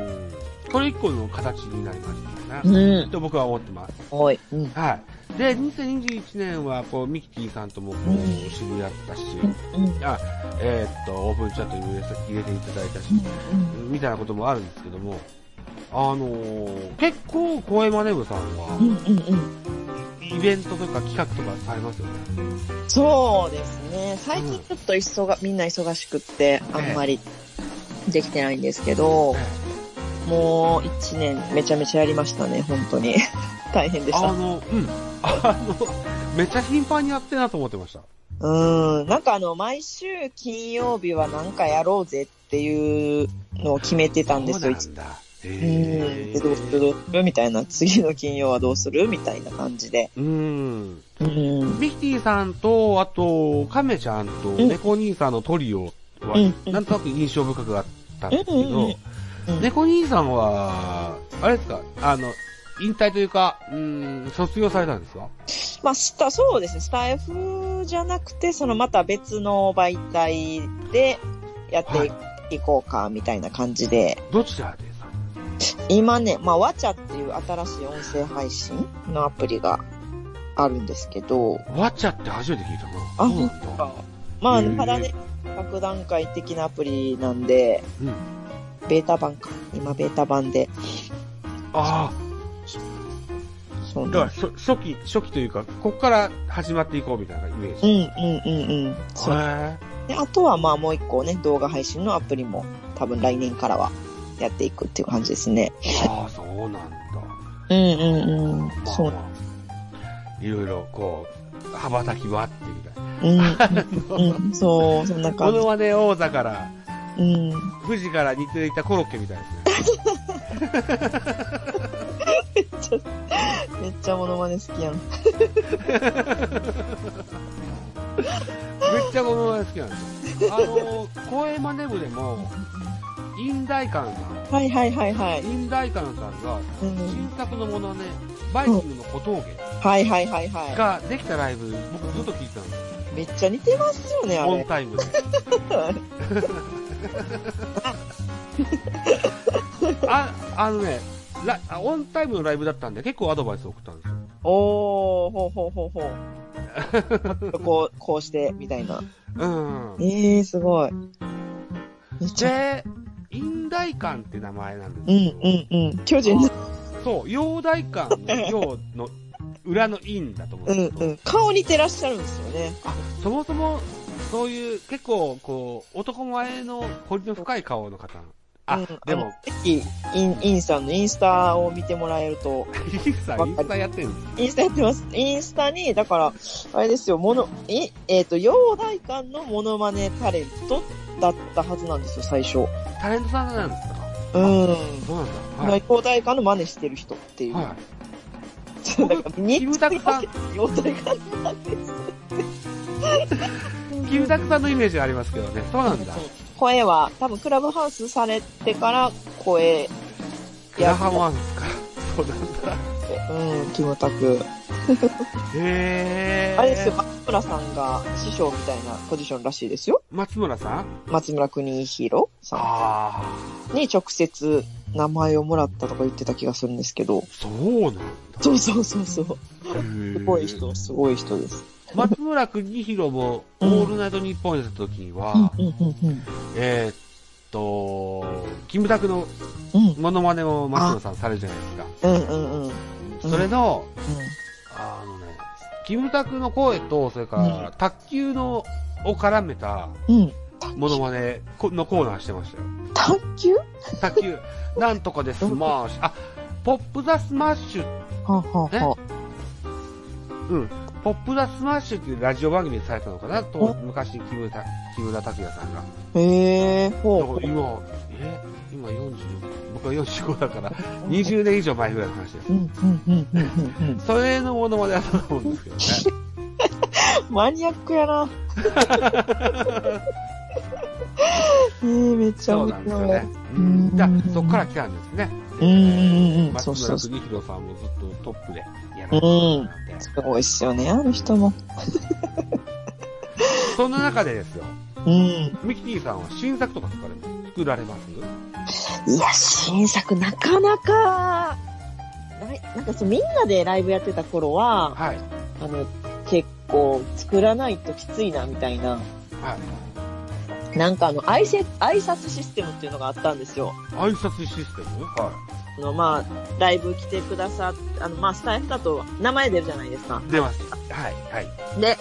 [SPEAKER 1] ん。これ一個の形になりましたね。
[SPEAKER 2] うん。
[SPEAKER 1] と僕は思ってます。
[SPEAKER 2] おい。うん。
[SPEAKER 1] はい。で、2021年は、こう、ミキティさんとも、こ
[SPEAKER 2] う
[SPEAKER 1] う、渋谷だったし、
[SPEAKER 2] うん。
[SPEAKER 1] あ、えーっと、オープンチャットに入れて入れていただいたし、みたいなこともあるんですけども、あのー結構、声マネブさんは、
[SPEAKER 2] うん。うん。うん。
[SPEAKER 1] イベントとか企画とかされますよね。
[SPEAKER 2] そうですね。最近ちょっと忙が、みんな忙しくって、あんまりできてないんですけど、もう一年めちゃめちゃやりましたね、本当に。大変でし
[SPEAKER 1] あ
[SPEAKER 2] た。
[SPEAKER 1] の、うん。あの、めっちゃ頻繁にやってるなと思ってました。
[SPEAKER 2] うん、なんかあの、毎週金曜日はなんかやろうぜっていうのを決めてたんですよ。
[SPEAKER 1] そうなんだ。
[SPEAKER 2] うん、
[SPEAKER 1] へ
[SPEAKER 2] で
[SPEAKER 1] ー
[SPEAKER 2] どうするどうするみたいな、次の金曜はどうするみたいな感じで。
[SPEAKER 1] うん。
[SPEAKER 2] うん。
[SPEAKER 1] ミキティさんと、あと、カメちゃんと、
[SPEAKER 2] ん
[SPEAKER 1] 猫兄さんのトリオは、
[SPEAKER 2] うん
[SPEAKER 1] なんとなく印象深かったんですけ
[SPEAKER 2] うんうん
[SPEAKER 1] ど、
[SPEAKER 2] うん
[SPEAKER 1] 猫兄さんは、あれですか、あの、引退というか、うん、卒業されたんですか
[SPEAKER 2] まあ、スタ、そうですね、スタイフじゃなくて、そのまた別の媒体でやってい,、
[SPEAKER 1] はい
[SPEAKER 2] こうか、みたいな感じで。
[SPEAKER 1] どちらですか
[SPEAKER 2] 今ね、まあ、わちゃっていう新しい音声配信のアプリがあるんですけど、
[SPEAKER 1] ワチャって初めて聞いたな。そ
[SPEAKER 2] あ
[SPEAKER 1] うなんだ。
[SPEAKER 2] まあ、
[SPEAKER 1] へえ
[SPEAKER 2] まだね、各段階的なアプリなんで、
[SPEAKER 1] うん。
[SPEAKER 2] ベータ版か。今、ベータ版で。
[SPEAKER 1] あ
[SPEAKER 2] そう
[SPEAKER 1] あ、だ
[SPEAKER 2] な
[SPEAKER 1] か
[SPEAKER 2] ん
[SPEAKER 1] らそ初期、初期というか、ここから始まっていこうみたいなイメー
[SPEAKER 2] うん、
[SPEAKER 1] ジ。
[SPEAKER 2] うん、うん、うん。そう。
[SPEAKER 1] へ
[SPEAKER 2] であとは、まあ、もう一個ね、動画配信のアプリも、多分来年からはやっていくっていう感じですね。
[SPEAKER 1] ーああ、そうなんだ。
[SPEAKER 2] うん、うん、うん。そう。
[SPEAKER 1] まあいろいろ、こう、羽ばたきはあってみたいな。
[SPEAKER 2] うん、 うん、そう、そんな
[SPEAKER 1] こ
[SPEAKER 2] 感
[SPEAKER 1] の
[SPEAKER 2] じ。
[SPEAKER 1] まね王座から、
[SPEAKER 2] うん。
[SPEAKER 1] 富士から似ていたコロッケみたいですね。
[SPEAKER 2] めっちゃモノマネ好きやん。
[SPEAKER 1] めっちゃこのまね好きなんですよ。あのー、声マネ部でも、インダイカンさん、
[SPEAKER 2] はい、はい、はい、はい。
[SPEAKER 1] インダイカンさんが、
[SPEAKER 2] うん。
[SPEAKER 1] 新作のものね、バイキングの小峠
[SPEAKER 2] はい、はい、はい、は
[SPEAKER 1] ができたライブ、僕ずっと聞いてたんですよ。
[SPEAKER 2] い。めっちゃ似てますよね、あ
[SPEAKER 1] オン
[SPEAKER 2] れ。
[SPEAKER 1] タイ ムで。あ、あのね、ラあオンタイムのライブだったんで結構アドバイスを送ったんですよ。
[SPEAKER 2] おー、ほうほうほうほう。こう、こうして、みたいな。
[SPEAKER 1] うん。
[SPEAKER 2] ええー、すごい。めっちゃ、
[SPEAKER 1] で、院大館って名前なんで
[SPEAKER 2] う
[SPEAKER 1] すけ
[SPEAKER 2] ん
[SPEAKER 1] ど、
[SPEAKER 2] うんうん。巨人の、
[SPEAKER 1] そう、陽大館の陽の裏の院だと思う
[SPEAKER 2] うん
[SPEAKER 1] で
[SPEAKER 2] ん
[SPEAKER 1] すけ
[SPEAKER 2] う
[SPEAKER 1] ど、
[SPEAKER 2] ん。顔似てらっしゃるんですよね。
[SPEAKER 1] あ、そもそも、そういう結構、こう、男前の彫りの深い顔の方。あ、
[SPEAKER 2] うん
[SPEAKER 1] でも、
[SPEAKER 2] ぜひ、イン、インさんのインスタを見てもらえると、
[SPEAKER 1] インスタ、インスタやってるんです
[SPEAKER 2] インスタやってます。インスタに、だから、あれですよ、もの、いえっ、と、洋大館のモノマネタレントだったはずなんですよ、最初。
[SPEAKER 1] タレントさんなんですか
[SPEAKER 2] う
[SPEAKER 1] そう
[SPEAKER 2] ん。
[SPEAKER 1] なんだ。はい。
[SPEAKER 2] 洋大館の真似してる人っていう。
[SPEAKER 1] は
[SPEAKER 2] そうだから、
[SPEAKER 1] い。キムタクさん、
[SPEAKER 2] 洋大館
[SPEAKER 1] キムタクさんのイメージがありますけどね。そうなんだ。
[SPEAKER 2] 声は、多分クラブハウスされてから声、
[SPEAKER 1] クラハマンスか。そうなんだ。
[SPEAKER 2] うん、キムタク。
[SPEAKER 1] へー。
[SPEAKER 2] あれですよ、松村さんが師匠みたいなポジションらしいですよ。
[SPEAKER 1] 松村さん
[SPEAKER 2] 松村邦弘さ
[SPEAKER 1] あ
[SPEAKER 2] んに直接名前をもらったとか言ってた気がするんですけど
[SPEAKER 1] あ、。そうなんだ。
[SPEAKER 2] そうそうそうそう。
[SPEAKER 1] す
[SPEAKER 2] すごい人、すごい人です。
[SPEAKER 1] 松村邦弘も、オ
[SPEAKER 2] うん
[SPEAKER 1] ールナイトニッポンに出た時には、
[SPEAKER 2] うんうんうん
[SPEAKER 1] えーっと、キムタクの
[SPEAKER 2] うん。
[SPEAKER 1] モノマネを松村さんされるじゃないですか。
[SPEAKER 2] うんうんうんうん。うん
[SPEAKER 1] それの、あのね、キムタクの声と、それから、卓球の、を絡めた、
[SPEAKER 2] うん。
[SPEAKER 1] モノマネこのコーナーしてましたよ。
[SPEAKER 2] 探求
[SPEAKER 1] 卓球、なんとかで スマッシュ、あ、ポップザスマッシュ、
[SPEAKER 2] はあ、はあは
[SPEAKER 1] うん、ポップザスマッシュっていうラジオ番組でされたのかな、と昔木村た、木村拓哉さんが。
[SPEAKER 2] あ、へえ、ほう
[SPEAKER 1] だから今、え今40、僕は45だから、20年以上前ぐらいの話です
[SPEAKER 2] う。んうんうんうん うんうん。
[SPEAKER 1] それのものまでだと思うんですけどね。
[SPEAKER 2] マニアックや な。えー、めっ ちゃ
[SPEAKER 1] そう
[SPEAKER 2] 面
[SPEAKER 1] なんです
[SPEAKER 2] 白
[SPEAKER 1] よ
[SPEAKER 2] い。
[SPEAKER 1] ね。うんじゃあ、そこから来たんですね。
[SPEAKER 2] うんうんうん
[SPEAKER 1] 松
[SPEAKER 2] そうそう
[SPEAKER 1] 村
[SPEAKER 2] そ
[SPEAKER 1] 邦弘さんもずっとトップでやられて
[SPEAKER 2] うん。
[SPEAKER 1] たんです
[SPEAKER 2] ごいっすよね、あの人も。
[SPEAKER 1] そんな中でですよ、
[SPEAKER 2] うん。
[SPEAKER 1] ミキティさんは新作とか作られます作られます
[SPEAKER 2] いや、新作なかなか、ないなんかそう、みんなでライブやってた頃は、
[SPEAKER 1] はい。
[SPEAKER 2] あの、結構作らないときついな、みたいな。
[SPEAKER 1] はい。
[SPEAKER 2] なんかあの、挨拶、挨拶システムっていうのがあったんですよ。
[SPEAKER 1] 挨拶システムは
[SPEAKER 2] あの、まあ、ライブ来てくださっあの、まあ、スタイフだと名前出るじゃないですか。
[SPEAKER 1] い。出ます。はい。はい。
[SPEAKER 2] で、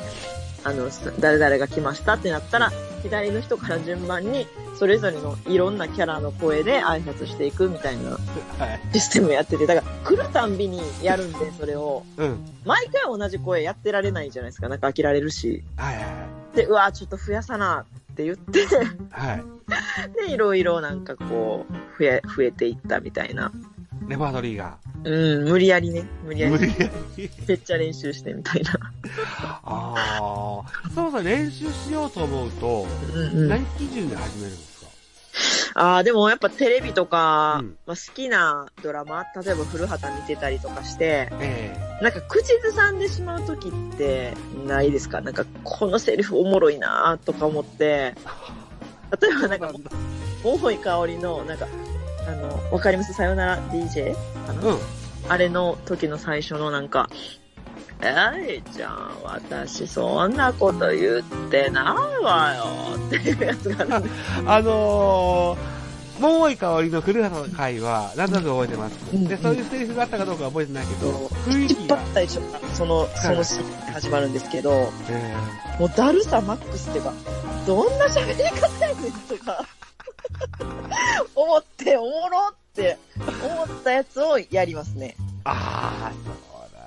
[SPEAKER 2] あの、す誰々が来ましたってなったら、左の人から順番に、それぞれのいろんなキャラの声で挨拶していくみたいな
[SPEAKER 1] はい。
[SPEAKER 2] システムやってて、だから来るたんびにやるんで、それを。
[SPEAKER 1] うん。
[SPEAKER 2] 毎回同じ声やってられないじゃないですか。なんか飽きられるし。
[SPEAKER 1] はいはい
[SPEAKER 2] で、うわちょっと増やさなって言って、
[SPEAKER 1] はい。はい。
[SPEAKER 2] で、いろいろなんかこう、増え、増えていったみたいな。
[SPEAKER 1] レパートリーが。
[SPEAKER 2] うん、無理やりね。無理や
[SPEAKER 1] 無
[SPEAKER 2] り。
[SPEAKER 1] 理やり。
[SPEAKER 2] めっちゃ練習してみたいな。
[SPEAKER 1] ああ。そもそも練習しようと思うと、
[SPEAKER 2] うんうん。
[SPEAKER 1] 何基準で始めるんですか
[SPEAKER 2] ああ、でもやっぱテレビとか、
[SPEAKER 1] うん
[SPEAKER 2] まあ、好きなドラマ、例えば古畑見てたりとかして、
[SPEAKER 1] え
[SPEAKER 2] なんか口ずさんでしまう時ってないですかなんかこのセリフおもろいなーとか思って、例えばなん
[SPEAKER 1] え
[SPEAKER 2] か、桃井香りの、なんか、あの、わかりますさよなら DJ? かな
[SPEAKER 1] うん。
[SPEAKER 2] あれの時の最初のなんか、えいちゃん、私そんなこと言ってないわよっていうやつがあるんで
[SPEAKER 1] あのー、桃井かおりの古畑の会は、なんとなく覚えてます。
[SPEAKER 2] うん
[SPEAKER 1] で、そういうセリフがあったかどうかは覚えてないけど、雰囲
[SPEAKER 2] 引
[SPEAKER 1] 気
[SPEAKER 2] っ
[SPEAKER 1] が
[SPEAKER 2] 張、ったりしょその、そのシーンで始まるんですけど、
[SPEAKER 1] え
[SPEAKER 2] もうだるさマックスっていうか、どんな喋り方やねんとか、思って、おもろって思ったやつをやりますね。
[SPEAKER 1] ー、あ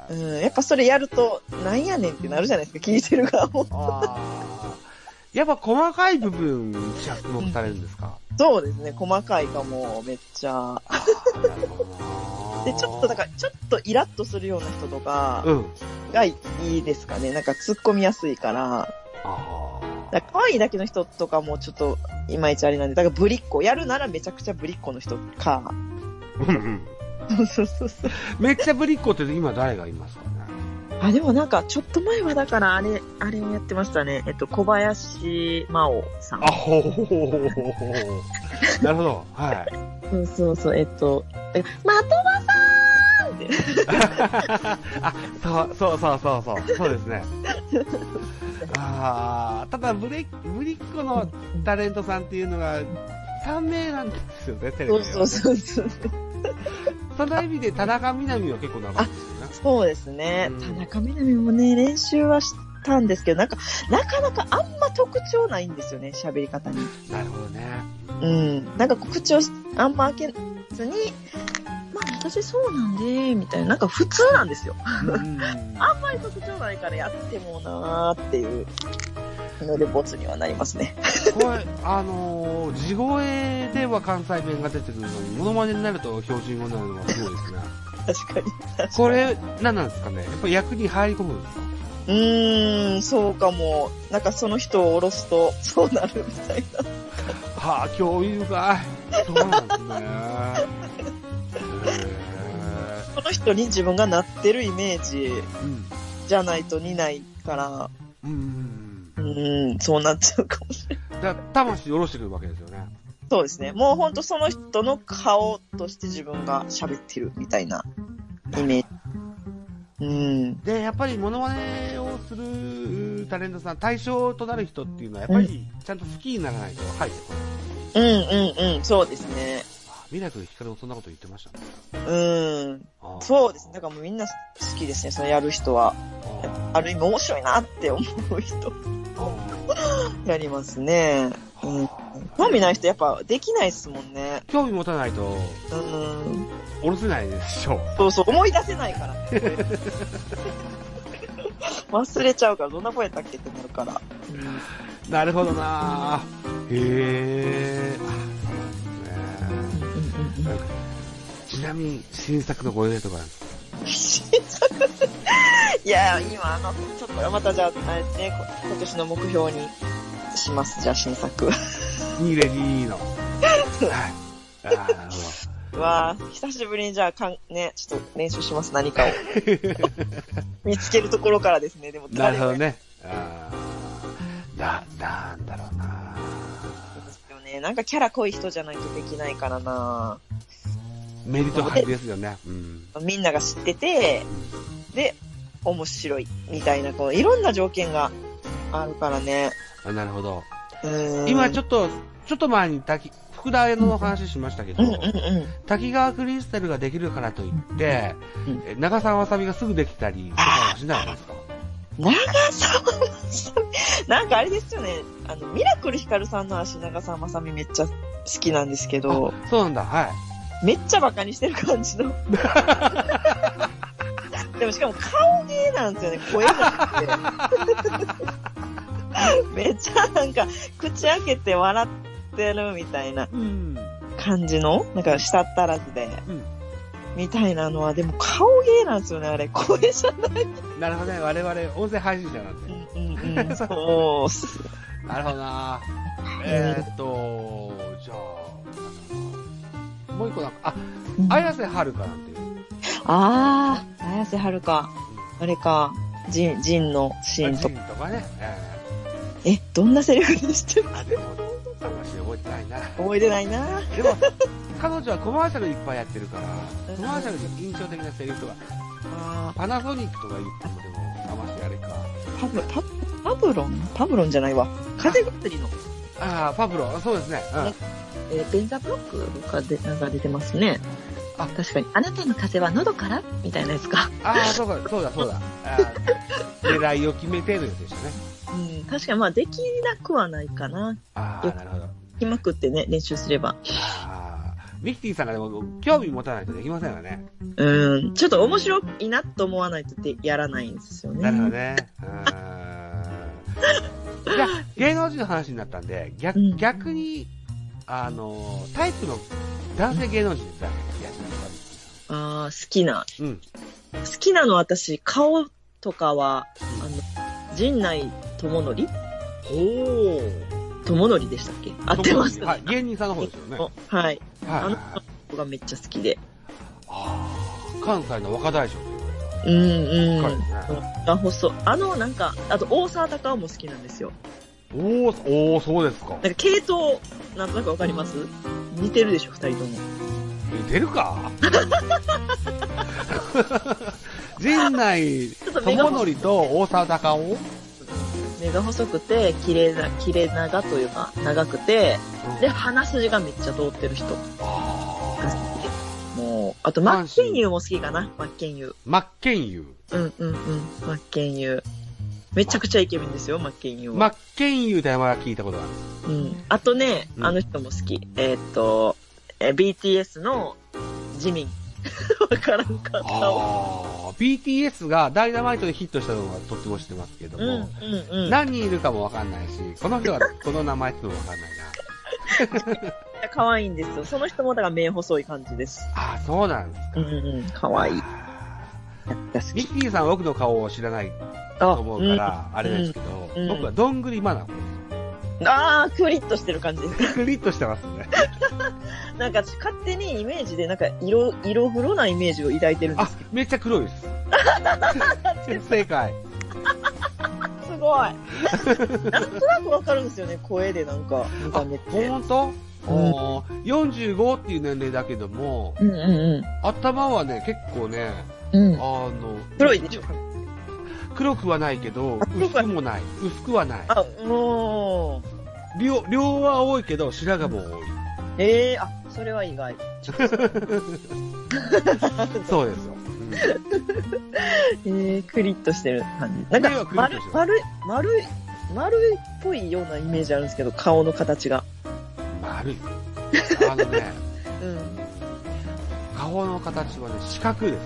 [SPEAKER 1] ー、そうだ
[SPEAKER 2] う。ん、やっぱそれやると、なんやねんってなるじゃないですか、聞いてる側も。
[SPEAKER 1] あーやっぱ細かい部分に着目されるんですか、
[SPEAKER 2] そうですね、細かいかも、めっちゃ。
[SPEAKER 1] なるほどな
[SPEAKER 2] で、ちょっとだから、ちょっとイラッとするような人とか
[SPEAKER 1] うん。
[SPEAKER 2] がいいですかね。なんか突っ込みやすいから。
[SPEAKER 1] あ
[SPEAKER 2] だから可愛いだけの人とかもちょっといまいちあれなんで、だからぶりっ子、やるならめちゃくちゃぶりっ子の人か。
[SPEAKER 1] ーうんうん
[SPEAKER 2] そうそうそうそう。
[SPEAKER 1] めっちゃぶりっ子って今誰がいますかね
[SPEAKER 2] あ、でもなんかちょっと前はだからあれ、あれをやってましたね。えっと、小林真央さん
[SPEAKER 1] あ。ほほほほほほほなるほど。はい。
[SPEAKER 2] そうそうそう、えっと、えまとまさーんって。
[SPEAKER 1] あ、そう、そうそうそうそう。そうですね。ああ、ただブレ、ブリッコのタレントさんっていうのが、3名なんですよね、テレビで
[SPEAKER 2] そう
[SPEAKER 1] は。
[SPEAKER 2] そうそうそう。
[SPEAKER 1] その意味で田中みな実は結構長かったですよね。
[SPEAKER 2] そうですね
[SPEAKER 1] うん。
[SPEAKER 2] 田中みな実もね、練習はしたんですけど、なんか、なかなかあんま特徴ないんですよね、喋り方に。
[SPEAKER 1] なるほどね。
[SPEAKER 2] うん。なんかこう口をあんま開けずに、まあ私そうなんで、みたいな。なんか普通なんですよ。
[SPEAKER 1] うん
[SPEAKER 2] あんまり特徴ないからやってもなーっていうのでボツにはなりますね。
[SPEAKER 1] これ、あのー、地声では関西弁が出てくるのに、モノマネになると標準語になるのがすごいですね。
[SPEAKER 2] 確かに。確かに
[SPEAKER 1] これ、何なんですかねやっぱ役に入り込むんですか
[SPEAKER 2] うーん、そうかも。なんかその人を下ろすと、 そうなるみたいな。
[SPEAKER 1] はあ、興味深い。そうなんですね。へ
[SPEAKER 2] その人に自分がなってるイメージ
[SPEAKER 1] ーうん
[SPEAKER 2] じゃないと似ないから、
[SPEAKER 1] うんうん
[SPEAKER 2] うーん、そうなっちゃうかもしれない。
[SPEAKER 1] うん。だ魂下ろしてくるわけですよね。
[SPEAKER 2] そうですね。もうほんとその人の顔として自分が喋ってるみたいなイメージ。うーん。
[SPEAKER 1] で、やっぱりモノマネをするタレントさん、対象となる人っていうのは、やっぱりちゃんと好きにならないと入ってこない。
[SPEAKER 2] うんうんうん、そうですね。
[SPEAKER 1] あミラクルヒカルもそんなこと言ってましたね。
[SPEAKER 2] うーん。
[SPEAKER 1] あー
[SPEAKER 2] そうですね。だからもうみんな好きですね、そのやる人は。
[SPEAKER 1] あー
[SPEAKER 2] ある意味面白いなって思う人。
[SPEAKER 1] あー
[SPEAKER 2] やりますね。うん。興味ない人やっぱできないっすもんね。
[SPEAKER 1] 興味持たないと、
[SPEAKER 2] うん。
[SPEAKER 1] おろせないでしょ。
[SPEAKER 2] そうそう、思い出せな いから。忘れちゃうから、どんな声やったっけってなるから。
[SPEAKER 1] なるほどなぁ。へぇー。あそうなんですねちなみに、新作のご予定とかあるんですか
[SPEAKER 2] いや、今、あの、ちょっとまたじゃあ、あれですね、こ今年の目標にします。じゃあ、新作。
[SPEAKER 1] ニレディーの。はい。あーなるほ
[SPEAKER 2] わあ、久しぶりにじゃあかん、ね、ちょっと練習します、何 かを。見つけるところからですね、でも
[SPEAKER 1] ど。なる
[SPEAKER 2] 誰
[SPEAKER 1] ほ
[SPEAKER 2] が
[SPEAKER 1] どね。あーな、なんだろうな
[SPEAKER 2] ですよね。なんかキャラ濃い人じゃないとできないからな
[SPEAKER 1] メリット入りですよね。うん。
[SPEAKER 2] みんなが知ってて、で、面白い、みたいな、こう、いろんな条件があるからね。
[SPEAKER 1] あなるほど。
[SPEAKER 2] うーん。
[SPEAKER 1] 今ち
[SPEAKER 2] ょっ
[SPEAKER 1] ょっと、ちょっと前に滝、福田のお話しましたけど
[SPEAKER 2] うん、うんうん。
[SPEAKER 1] 滝川クリスタルができるからといって
[SPEAKER 2] うん、
[SPEAKER 1] え長澤まさみがすぐできたりとかはしないですか
[SPEAKER 2] 長澤まさみ、なんかあれですよね、あの、ミラクルヒカルさんの足長澤まさみめっちゃ好きなんですけ
[SPEAKER 1] あ
[SPEAKER 2] ど、
[SPEAKER 1] そうなんだ、はい。
[SPEAKER 2] めっちゃバカにしてる感じ の。でもしかも顔芸なんですよね、声もなくて。めっちゃなんか、口開けて笑ってるみたいな
[SPEAKER 1] うん。
[SPEAKER 2] 感じの、なんか舌足らずで、
[SPEAKER 1] うん
[SPEAKER 2] みたいなのは、でも顔芸なんですよね、あれ。声じゃない。
[SPEAKER 1] なるほどね、我々音声配信者なんで。
[SPEAKER 2] うんうんうん。 そう。
[SPEAKER 1] なるほどなえーっと、じゃあ、もう一個なんか、あ、綾瀬はるかなんていう。
[SPEAKER 2] ああ、綾瀬はるか。あれか。ジン、ジンのシ
[SPEAKER 1] ジ
[SPEAKER 2] ー
[SPEAKER 1] ン
[SPEAKER 2] ンと
[SPEAKER 1] と
[SPEAKER 2] か。
[SPEAKER 1] かね。え
[SPEAKER 2] え、どんなセリフでした
[SPEAKER 1] ーあ、でも、あんまし覚えてないな。
[SPEAKER 2] 覚えてないな。
[SPEAKER 1] でも、彼女はコマーシャルいっぱいやってるから、コマーシャルで印象的なセリフとか、
[SPEAKER 2] あ
[SPEAKER 1] パナソニックとか言っても、でも、あましあれか。
[SPEAKER 2] ーパブ、パ、パブロンパブロンじゃないわ。風邪薬の、
[SPEAKER 1] ああ、パブロ、そうですね。うん。
[SPEAKER 2] えーベンザブロックがでなんか出てますね。
[SPEAKER 1] あ
[SPEAKER 2] 確かに。あなたの風邪は喉からみたいなやつか。
[SPEAKER 1] ああ、そうか、そうだ、そうだ。あー狙いを決めてるやつでしたね。
[SPEAKER 2] うん、確かにまあできなくはないかな。
[SPEAKER 1] ああ、なるほど。
[SPEAKER 2] きまくってね、練習すれば。
[SPEAKER 1] ああ、ミキティさんがでも興味持たないとできませんよね。
[SPEAKER 2] うん、ちょっと面白いなと思わないとでやらないんですよね。
[SPEAKER 1] なるほどね。うーん。じゃあ、芸能人の話になったんで、逆
[SPEAKER 2] うん
[SPEAKER 1] 逆に、あの、タイプの男性芸能人って誰かいらっしゃいます
[SPEAKER 2] ああ、好きな。
[SPEAKER 1] かうん。
[SPEAKER 2] 好きなの私、顔とかは、あの、陣内智則
[SPEAKER 1] ほ
[SPEAKER 2] 智則でしたっけ合ってます
[SPEAKER 1] はい、芸人さんの方ですよね。はい
[SPEAKER 2] おはい。
[SPEAKER 1] はい
[SPEAKER 2] あ
[SPEAKER 1] は
[SPEAKER 2] の
[SPEAKER 1] い。
[SPEAKER 2] 僕がめっちゃ好きで。
[SPEAKER 1] ああ、関西の若大将と言われた
[SPEAKER 2] うんうん。
[SPEAKER 1] 彼ですね。
[SPEAKER 2] あ、細。あの、なんか、あと、大沢たかおも好きなんですよ。
[SPEAKER 1] おー、おー、そうですか。
[SPEAKER 2] なんか、系統、なんとなくわかります似てるでしょ、二人とも。
[SPEAKER 1] 似てる か陣内
[SPEAKER 2] ちょっと目が
[SPEAKER 1] 智則と大沢たかお
[SPEAKER 2] 目が細くて、綺麗な、綺麗長というか、長くて、で、鼻筋がめっちゃ通ってる人が
[SPEAKER 1] あ
[SPEAKER 2] 好
[SPEAKER 1] ー
[SPEAKER 2] きで。もう、あと、マッケンユーも好きかな、マッケンユー。
[SPEAKER 1] 真剣佑。
[SPEAKER 2] うんうんうん。マッケンユー。めちゃくちゃイケメンですよ、マッケンユーは。
[SPEAKER 1] 真剣佑って名前は聞いたことがある。
[SPEAKER 2] うん。あとね、
[SPEAKER 1] うん
[SPEAKER 2] あの人も好き。えーっと、えー BTS のジミン。 わからんかったわ。
[SPEAKER 1] ああ、BTS がダイナマイトでヒットしたのはとっても知ってますけど
[SPEAKER 2] うん、うん
[SPEAKER 1] も、、
[SPEAKER 2] うん。めっ
[SPEAKER 1] 何人いるかもわかんないし、この人 はこの名前っていうのもわかんないな。
[SPEAKER 2] ちゃ可愛いんですよ。その人もだから目細い感じです。
[SPEAKER 1] ああ、そうなんです
[SPEAKER 2] う
[SPEAKER 1] か。
[SPEAKER 2] ん、うん。可愛い。好
[SPEAKER 1] ミッキーさんは僕の顔を知らない
[SPEAKER 2] あ
[SPEAKER 1] と思うから、あれですけど
[SPEAKER 2] うん、
[SPEAKER 1] 僕はどんぐりまなこ。
[SPEAKER 2] うんあー、クリッとしてる感じ です。
[SPEAKER 1] クリッとしてますね。
[SPEAKER 2] なんか、勝手にイメージで、なんか、色、色黒なイメージを抱いてるんで
[SPEAKER 1] あ
[SPEAKER 2] す。、
[SPEAKER 1] めっちゃ黒いです。 正解。
[SPEAKER 2] すごい。 なんとなくわかるんですよね、声でなんか、見
[SPEAKER 1] あ、
[SPEAKER 2] た目って。
[SPEAKER 1] ほんとおー ?45 っていう年齢だけども、
[SPEAKER 2] うんう
[SPEAKER 1] 頭はね、結構ね、
[SPEAKER 2] んうん。う
[SPEAKER 1] あの、
[SPEAKER 2] 黒いでしょ
[SPEAKER 1] 黒くはないけど
[SPEAKER 2] あ、黒
[SPEAKER 1] 薄
[SPEAKER 2] くは
[SPEAKER 1] くもない。薄くはない。
[SPEAKER 2] あ、もう。
[SPEAKER 1] 両、両は多いけど、白髪も多い。
[SPEAKER 2] ええあ、それは意外。
[SPEAKER 1] そうですよ。
[SPEAKER 2] ええクリッとしてる感じ。なん
[SPEAKER 1] 目は
[SPEAKER 2] か、
[SPEAKER 1] クリッとしてる、
[SPEAKER 2] 丸丸い、丸い、丸いっぽいようなイメージあるんですけど、顔の形が。
[SPEAKER 1] 丸い。あの ね、
[SPEAKER 2] うん。
[SPEAKER 1] 顔の形はね、四角ですね。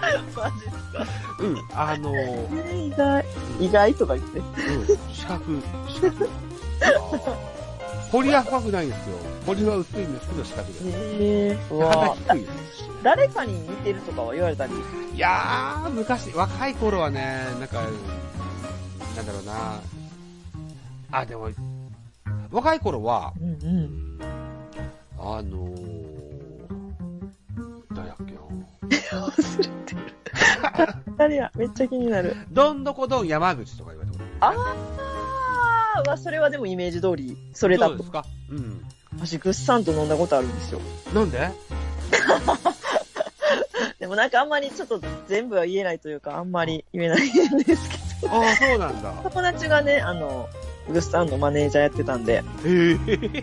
[SPEAKER 2] マジ
[SPEAKER 1] うん、あのー、
[SPEAKER 2] えー意外。意外とか言って。
[SPEAKER 1] うん、四角、四角。彫りは深くないんですよ。彫りは薄いんですけど、四角です。
[SPEAKER 2] へえー。う
[SPEAKER 1] 肌
[SPEAKER 2] わ
[SPEAKER 1] 低いです。
[SPEAKER 2] 誰かに似てるとかは言われたり。
[SPEAKER 1] いやー、昔、若い頃はね、なんか、なんだろうな。あ、でも、若い頃は、
[SPEAKER 2] うんうん。
[SPEAKER 1] あのー、誰だっけな。
[SPEAKER 2] 忘れてる。誰や、めっちゃ気になる。
[SPEAKER 1] どんどこどん山口とか言われたこと
[SPEAKER 2] ああー、わ、それはでもイメージ通り、それだ
[SPEAKER 1] そう
[SPEAKER 2] と
[SPEAKER 1] で。すかうん。
[SPEAKER 2] 私、ぐっさんと飲んだことあるんですよ。
[SPEAKER 1] なんで
[SPEAKER 2] でもなんかあんまりちょっと全部は言えないというか、あんまり言えないんですけど。
[SPEAKER 1] ああ、そうなん だ。
[SPEAKER 2] 友達がね、あの、グッサンのマネージャーやってたんで、
[SPEAKER 1] へ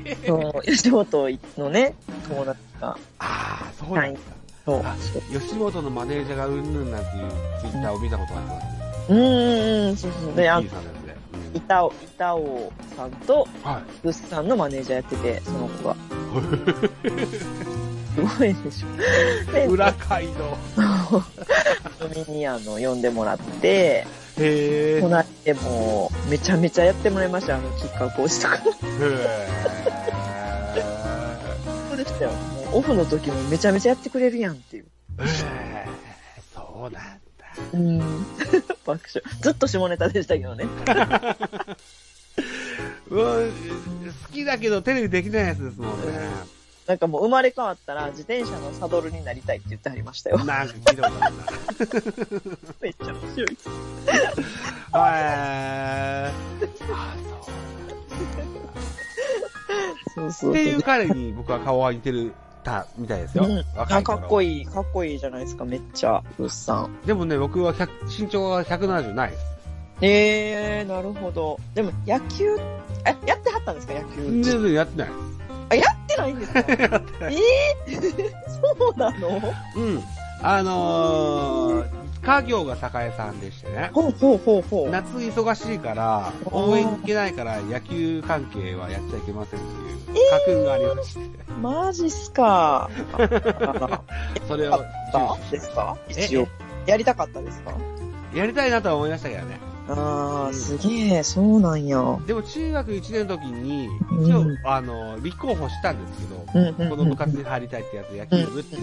[SPEAKER 1] え。
[SPEAKER 2] その吉本のね、友達が、
[SPEAKER 1] ああ、そうなんだ。
[SPEAKER 2] そう。
[SPEAKER 1] あ
[SPEAKER 2] そう
[SPEAKER 1] 吉本のマネージャーがうんぬんなんていうツイッターを見たことあります。
[SPEAKER 2] うーん、そうそう。で、あ
[SPEAKER 1] ミッキーさんのやつで。
[SPEAKER 2] 板尾、板尾さんと、
[SPEAKER 1] は
[SPEAKER 2] グッサンのマネージャーやってて、その子が。すごいでしょ。
[SPEAKER 1] い。
[SPEAKER 2] で、
[SPEAKER 1] 裏街道。
[SPEAKER 2] 遊びにあの、呼んでもらって、
[SPEAKER 1] へえ。
[SPEAKER 2] こ
[SPEAKER 1] へ
[SPEAKER 2] なしても、めちゃめちゃやってもらいました、あの、キッカー 講師とか。
[SPEAKER 1] え。
[SPEAKER 2] そうでしたよ。もうオフの時もめちゃめちゃやってくれるやんっていう。
[SPEAKER 1] へえそうなんだ。
[SPEAKER 2] うん。爆笑。ずっと下ネタでしたけどね。
[SPEAKER 1] うん、好きだけどテレビできないやつですもんね。
[SPEAKER 2] なんかもう生まれ変わったら自転車のサドルになりたいって言ってはりましたよ。
[SPEAKER 1] なんか聞いたことあるな。
[SPEAKER 2] めっちゃ面白い。
[SPEAKER 1] ああ、そう。
[SPEAKER 2] そうそうそう。
[SPEAKER 1] っていう彼に僕は顔は似てるたみたいですよ。
[SPEAKER 2] うん
[SPEAKER 1] 若
[SPEAKER 2] あ
[SPEAKER 1] い
[SPEAKER 2] か
[SPEAKER 1] 頃
[SPEAKER 2] っこいい、かっこいいじゃないですか、めっちゃ、うっさん。
[SPEAKER 1] でもね、僕は100身長は170ないです。
[SPEAKER 2] えー、なるほど。でも、野球、え、やってはったんですか、野球。
[SPEAKER 1] 全然やってないで
[SPEAKER 2] あ、やってないんですか
[SPEAKER 1] やってない
[SPEAKER 2] えー、そうなの
[SPEAKER 1] す。うん。あのー、家業が栄さんでしてね。
[SPEAKER 2] ほうほうほうほう。
[SPEAKER 1] 夏忙しいから、応援行けないから野球関係はやっちゃいけませんっていう、家訓がありまして、
[SPEAKER 2] マジっすか。
[SPEAKER 1] それを
[SPEAKER 2] あ
[SPEAKER 1] 重視し
[SPEAKER 2] ですか
[SPEAKER 1] え
[SPEAKER 2] 一応。やりたかったですか
[SPEAKER 1] やりたいなとは思いましたけどね。
[SPEAKER 2] あー、すげえ、そうなんや。うん
[SPEAKER 1] でも中学1年の時に、一応
[SPEAKER 2] うん、
[SPEAKER 1] あの、立候補したんですけど、
[SPEAKER 2] うんうん。
[SPEAKER 1] この部活に入りたいってやつ、野球部って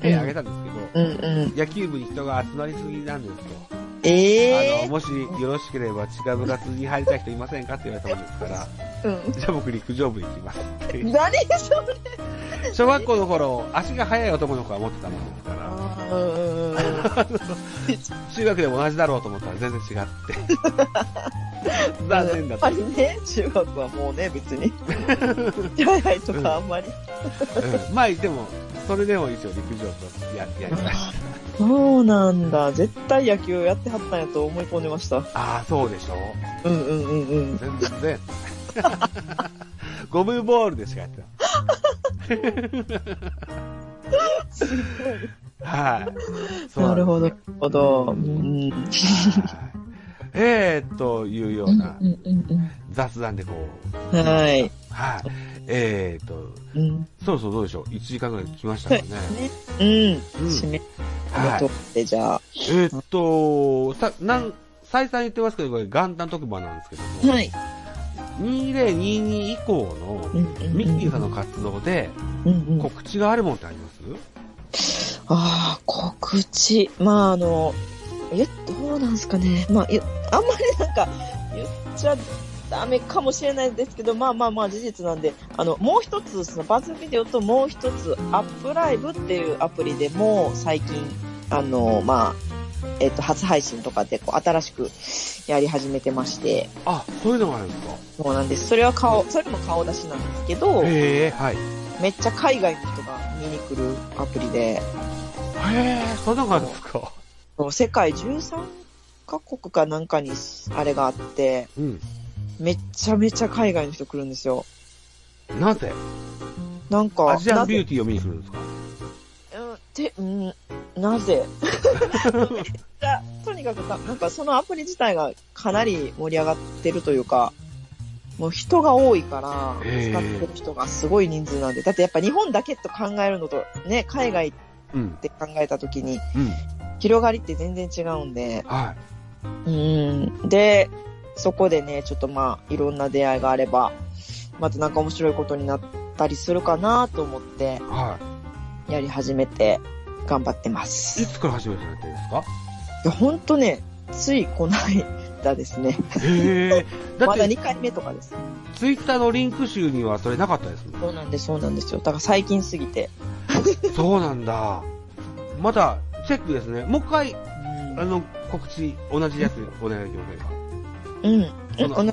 [SPEAKER 1] 手挙げたんですけど、
[SPEAKER 2] うんうん。
[SPEAKER 1] 野球部に人が集まりすぎなんですと。あ
[SPEAKER 2] え
[SPEAKER 1] の、もしよろしければ違う部活に入りたい人いませんかって言われたもんですから、
[SPEAKER 2] ー、う
[SPEAKER 1] じゃあ僕陸上部に行きますって
[SPEAKER 2] ん。。何それ
[SPEAKER 1] 小学校の頃、足が速い男の子が持ってたもんですから、
[SPEAKER 2] うんうんうんうん。
[SPEAKER 1] 中学でも同じだろうと思ったら全然違って。 残念だ
[SPEAKER 2] やっ
[SPEAKER 1] った
[SPEAKER 2] ぱ。りね、中学はもうね、別 に。早いとかあんまり。
[SPEAKER 1] うんまあ、でも、それでも一応陸上部ややりました。
[SPEAKER 2] そうなんだ。絶対野球やってはったんやと思い込んでました。
[SPEAKER 1] ああ、そうでしょ
[SPEAKER 2] うんうんうんうん。
[SPEAKER 1] 全然。 ゴムボールでしかやってない。 はい。そう
[SPEAKER 2] なる
[SPEAKER 1] ど。
[SPEAKER 2] ほど、なるほど。うん。
[SPEAKER 1] えー、というような
[SPEAKER 2] うんうん
[SPEAKER 1] 雑談でこう、
[SPEAKER 2] うん。はい。
[SPEAKER 1] はい。えー、と、
[SPEAKER 2] うん。
[SPEAKER 1] そろそろどうでしょう ?1 時間ぐらい来ましたからね。
[SPEAKER 2] ね。うん。
[SPEAKER 1] うん
[SPEAKER 2] 締め、
[SPEAKER 1] は
[SPEAKER 2] あ
[SPEAKER 1] い
[SPEAKER 2] りがと。って、じゃあ。
[SPEAKER 1] えー、っと、さ、なん、再三言ってますけど、これ元旦特番なんですけども、
[SPEAKER 2] い。
[SPEAKER 1] 2022以降の
[SPEAKER 2] うんうんうん
[SPEAKER 1] ミッキーさんの活動で
[SPEAKER 2] うんうん。
[SPEAKER 1] 告知があるもんってあります
[SPEAKER 2] ああ、告知。まあ、あの、え、どうなんすかね。まあ、いあんまりなんか、言っちゃダメかもしれないですけど、まあまあまあ事実なんで、あの、もう一つ、そのバズビデオともう一つ、アップライブっていうアプリでも、最近、あの、まあ、えっと、初配信とかで、こう、新しくやり始めてまして、
[SPEAKER 1] あ、そういうのがあるんですか
[SPEAKER 2] そうなんです。それは顔、それも顔出しなんですけど、
[SPEAKER 1] へえ、はい。へ
[SPEAKER 2] めっちゃ海外の人が見に来るアプリで、
[SPEAKER 1] え、そんなのがあるんですか
[SPEAKER 2] 世界13カ国かなんかにあれがあって、
[SPEAKER 1] うん。
[SPEAKER 2] めっちゃめちゃ海外の人来るんですよ。
[SPEAKER 1] なぜ
[SPEAKER 2] なんか、
[SPEAKER 1] アジアンビュ
[SPEAKER 2] ー
[SPEAKER 1] ーティーを見に来るんですか
[SPEAKER 2] うん、て、うん、なぜ いやとににかくな、なんかそのアプリ自体がかなり盛り上がってるというか、もう人が多いから、
[SPEAKER 1] へー
[SPEAKER 2] 使ってる人がすごい人数なんで、だってやっぱ日本だけと考えるのと、ね、海外っ
[SPEAKER 1] うん。
[SPEAKER 2] て考えた時に、
[SPEAKER 1] うん。
[SPEAKER 2] 広がりって全然違うんで、
[SPEAKER 1] は
[SPEAKER 2] うん。で、そこでね、ちょっとまあ、いろんな出会いがあれば、またなんか面白いことになったりするかなと思って
[SPEAKER 1] い。、は
[SPEAKER 2] やり始めて、頑張ってま
[SPEAKER 1] い。い
[SPEAKER 2] す。
[SPEAKER 1] つから始めたんですか
[SPEAKER 2] いやほんとね、ついこの間ですね。
[SPEAKER 1] へえ。だ
[SPEAKER 2] ま
[SPEAKER 1] っ
[SPEAKER 2] だ
[SPEAKER 1] て、
[SPEAKER 2] 2回目とかです。
[SPEAKER 1] ツイッターのリンク集にはそれなかったですもん。
[SPEAKER 2] そうなんです、そうなんですよ。だから最近すぎて。
[SPEAKER 1] そうなんだ。まだ、チェックですね。もう一回、
[SPEAKER 2] うん
[SPEAKER 1] あの、告知、同じやつお願いできませんか
[SPEAKER 2] うん。うん
[SPEAKER 1] その
[SPEAKER 2] おな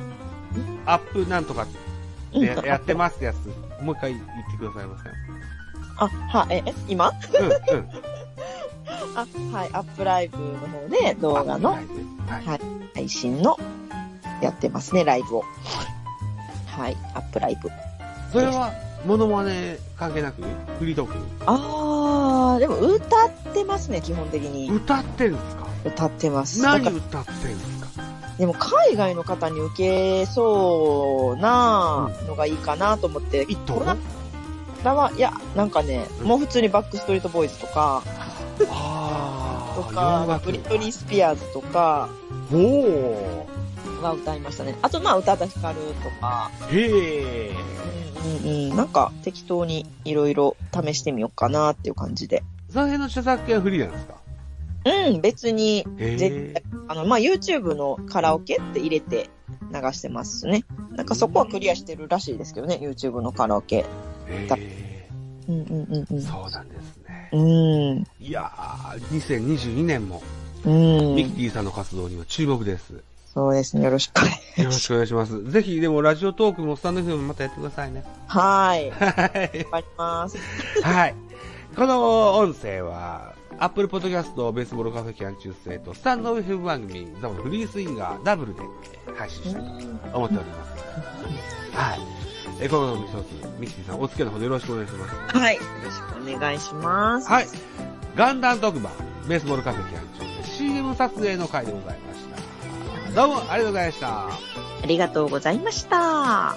[SPEAKER 1] アップなんとかって
[SPEAKER 2] うん
[SPEAKER 1] やってますってやつ、もう一回言ってくださいません。
[SPEAKER 2] あ、は、え、え今
[SPEAKER 1] うん、うん。
[SPEAKER 2] あ、はい、アップライブの方で動画の
[SPEAKER 1] はい。はい
[SPEAKER 2] 配信のやってますね、ライブを。はい、アップライブ。
[SPEAKER 1] それは、モノマネ関係なく、フリートー
[SPEAKER 2] あー、でも歌ってますね、基本的
[SPEAKER 1] ク。
[SPEAKER 2] に。
[SPEAKER 1] 歌ってんすか
[SPEAKER 2] 歌ってます。
[SPEAKER 1] 何
[SPEAKER 2] なんか
[SPEAKER 1] 歌ってんすか
[SPEAKER 2] でも海外の方に受けそうなのがいいかなと思って、
[SPEAKER 1] 一
[SPEAKER 2] コ
[SPEAKER 1] 頭
[SPEAKER 2] ロナ禍は、いや、なんかね、
[SPEAKER 1] うん
[SPEAKER 2] もう普通にバックストリートボーイズとか、
[SPEAKER 1] あ
[SPEAKER 2] と
[SPEAKER 1] ー
[SPEAKER 2] か、ブリトニー・スピアーズとか
[SPEAKER 1] おお
[SPEAKER 2] は歌いましたね。あと、まあ、歌田ヒカルとか、
[SPEAKER 1] ーへえ。
[SPEAKER 2] うんうんうん、なんか適当にいろいろ試してみようかなっていう感じで。
[SPEAKER 1] その辺の著作権はフリーなんですか
[SPEAKER 2] うん、別に、
[SPEAKER 1] へ
[SPEAKER 2] 絶
[SPEAKER 1] え
[SPEAKER 2] 対。、あの、まあ、YouTube のカラオケって入れて流してますね。なんかそこはクリアしてるらしいですけどね、YouTube のカラオケ。
[SPEAKER 1] へえ。
[SPEAKER 2] うんうんうん
[SPEAKER 1] そうなんですね。
[SPEAKER 2] うん。うん。
[SPEAKER 1] いやー、2022年も、
[SPEAKER 2] う
[SPEAKER 1] ミキ
[SPEAKER 2] ん。
[SPEAKER 1] ティさんの活動には注目です。よ
[SPEAKER 2] そうですね、よろしく。
[SPEAKER 1] ろしくお願いします。ぜひ、でも、ラジオトークもスタンド FM もまたやってくださいね。
[SPEAKER 2] はい。頑
[SPEAKER 1] はい。
[SPEAKER 2] 張ります。
[SPEAKER 1] はい。この音声は、Apple Podcast、ベースボールカフェキャン中世と、スタンド FM 番組、ザボのフリースインガー、ダブルで配信したいと思っております。はい。え、この一つ、ミキティさん、お付き合いのほどよろしくお願いします。
[SPEAKER 2] はい。よろしくお願いします。
[SPEAKER 1] はい。ガンダン特番、ベースボールカフェキャン中世 CM 撮影の回でございました。どうもありがとうございました。
[SPEAKER 2] ありがとうございました。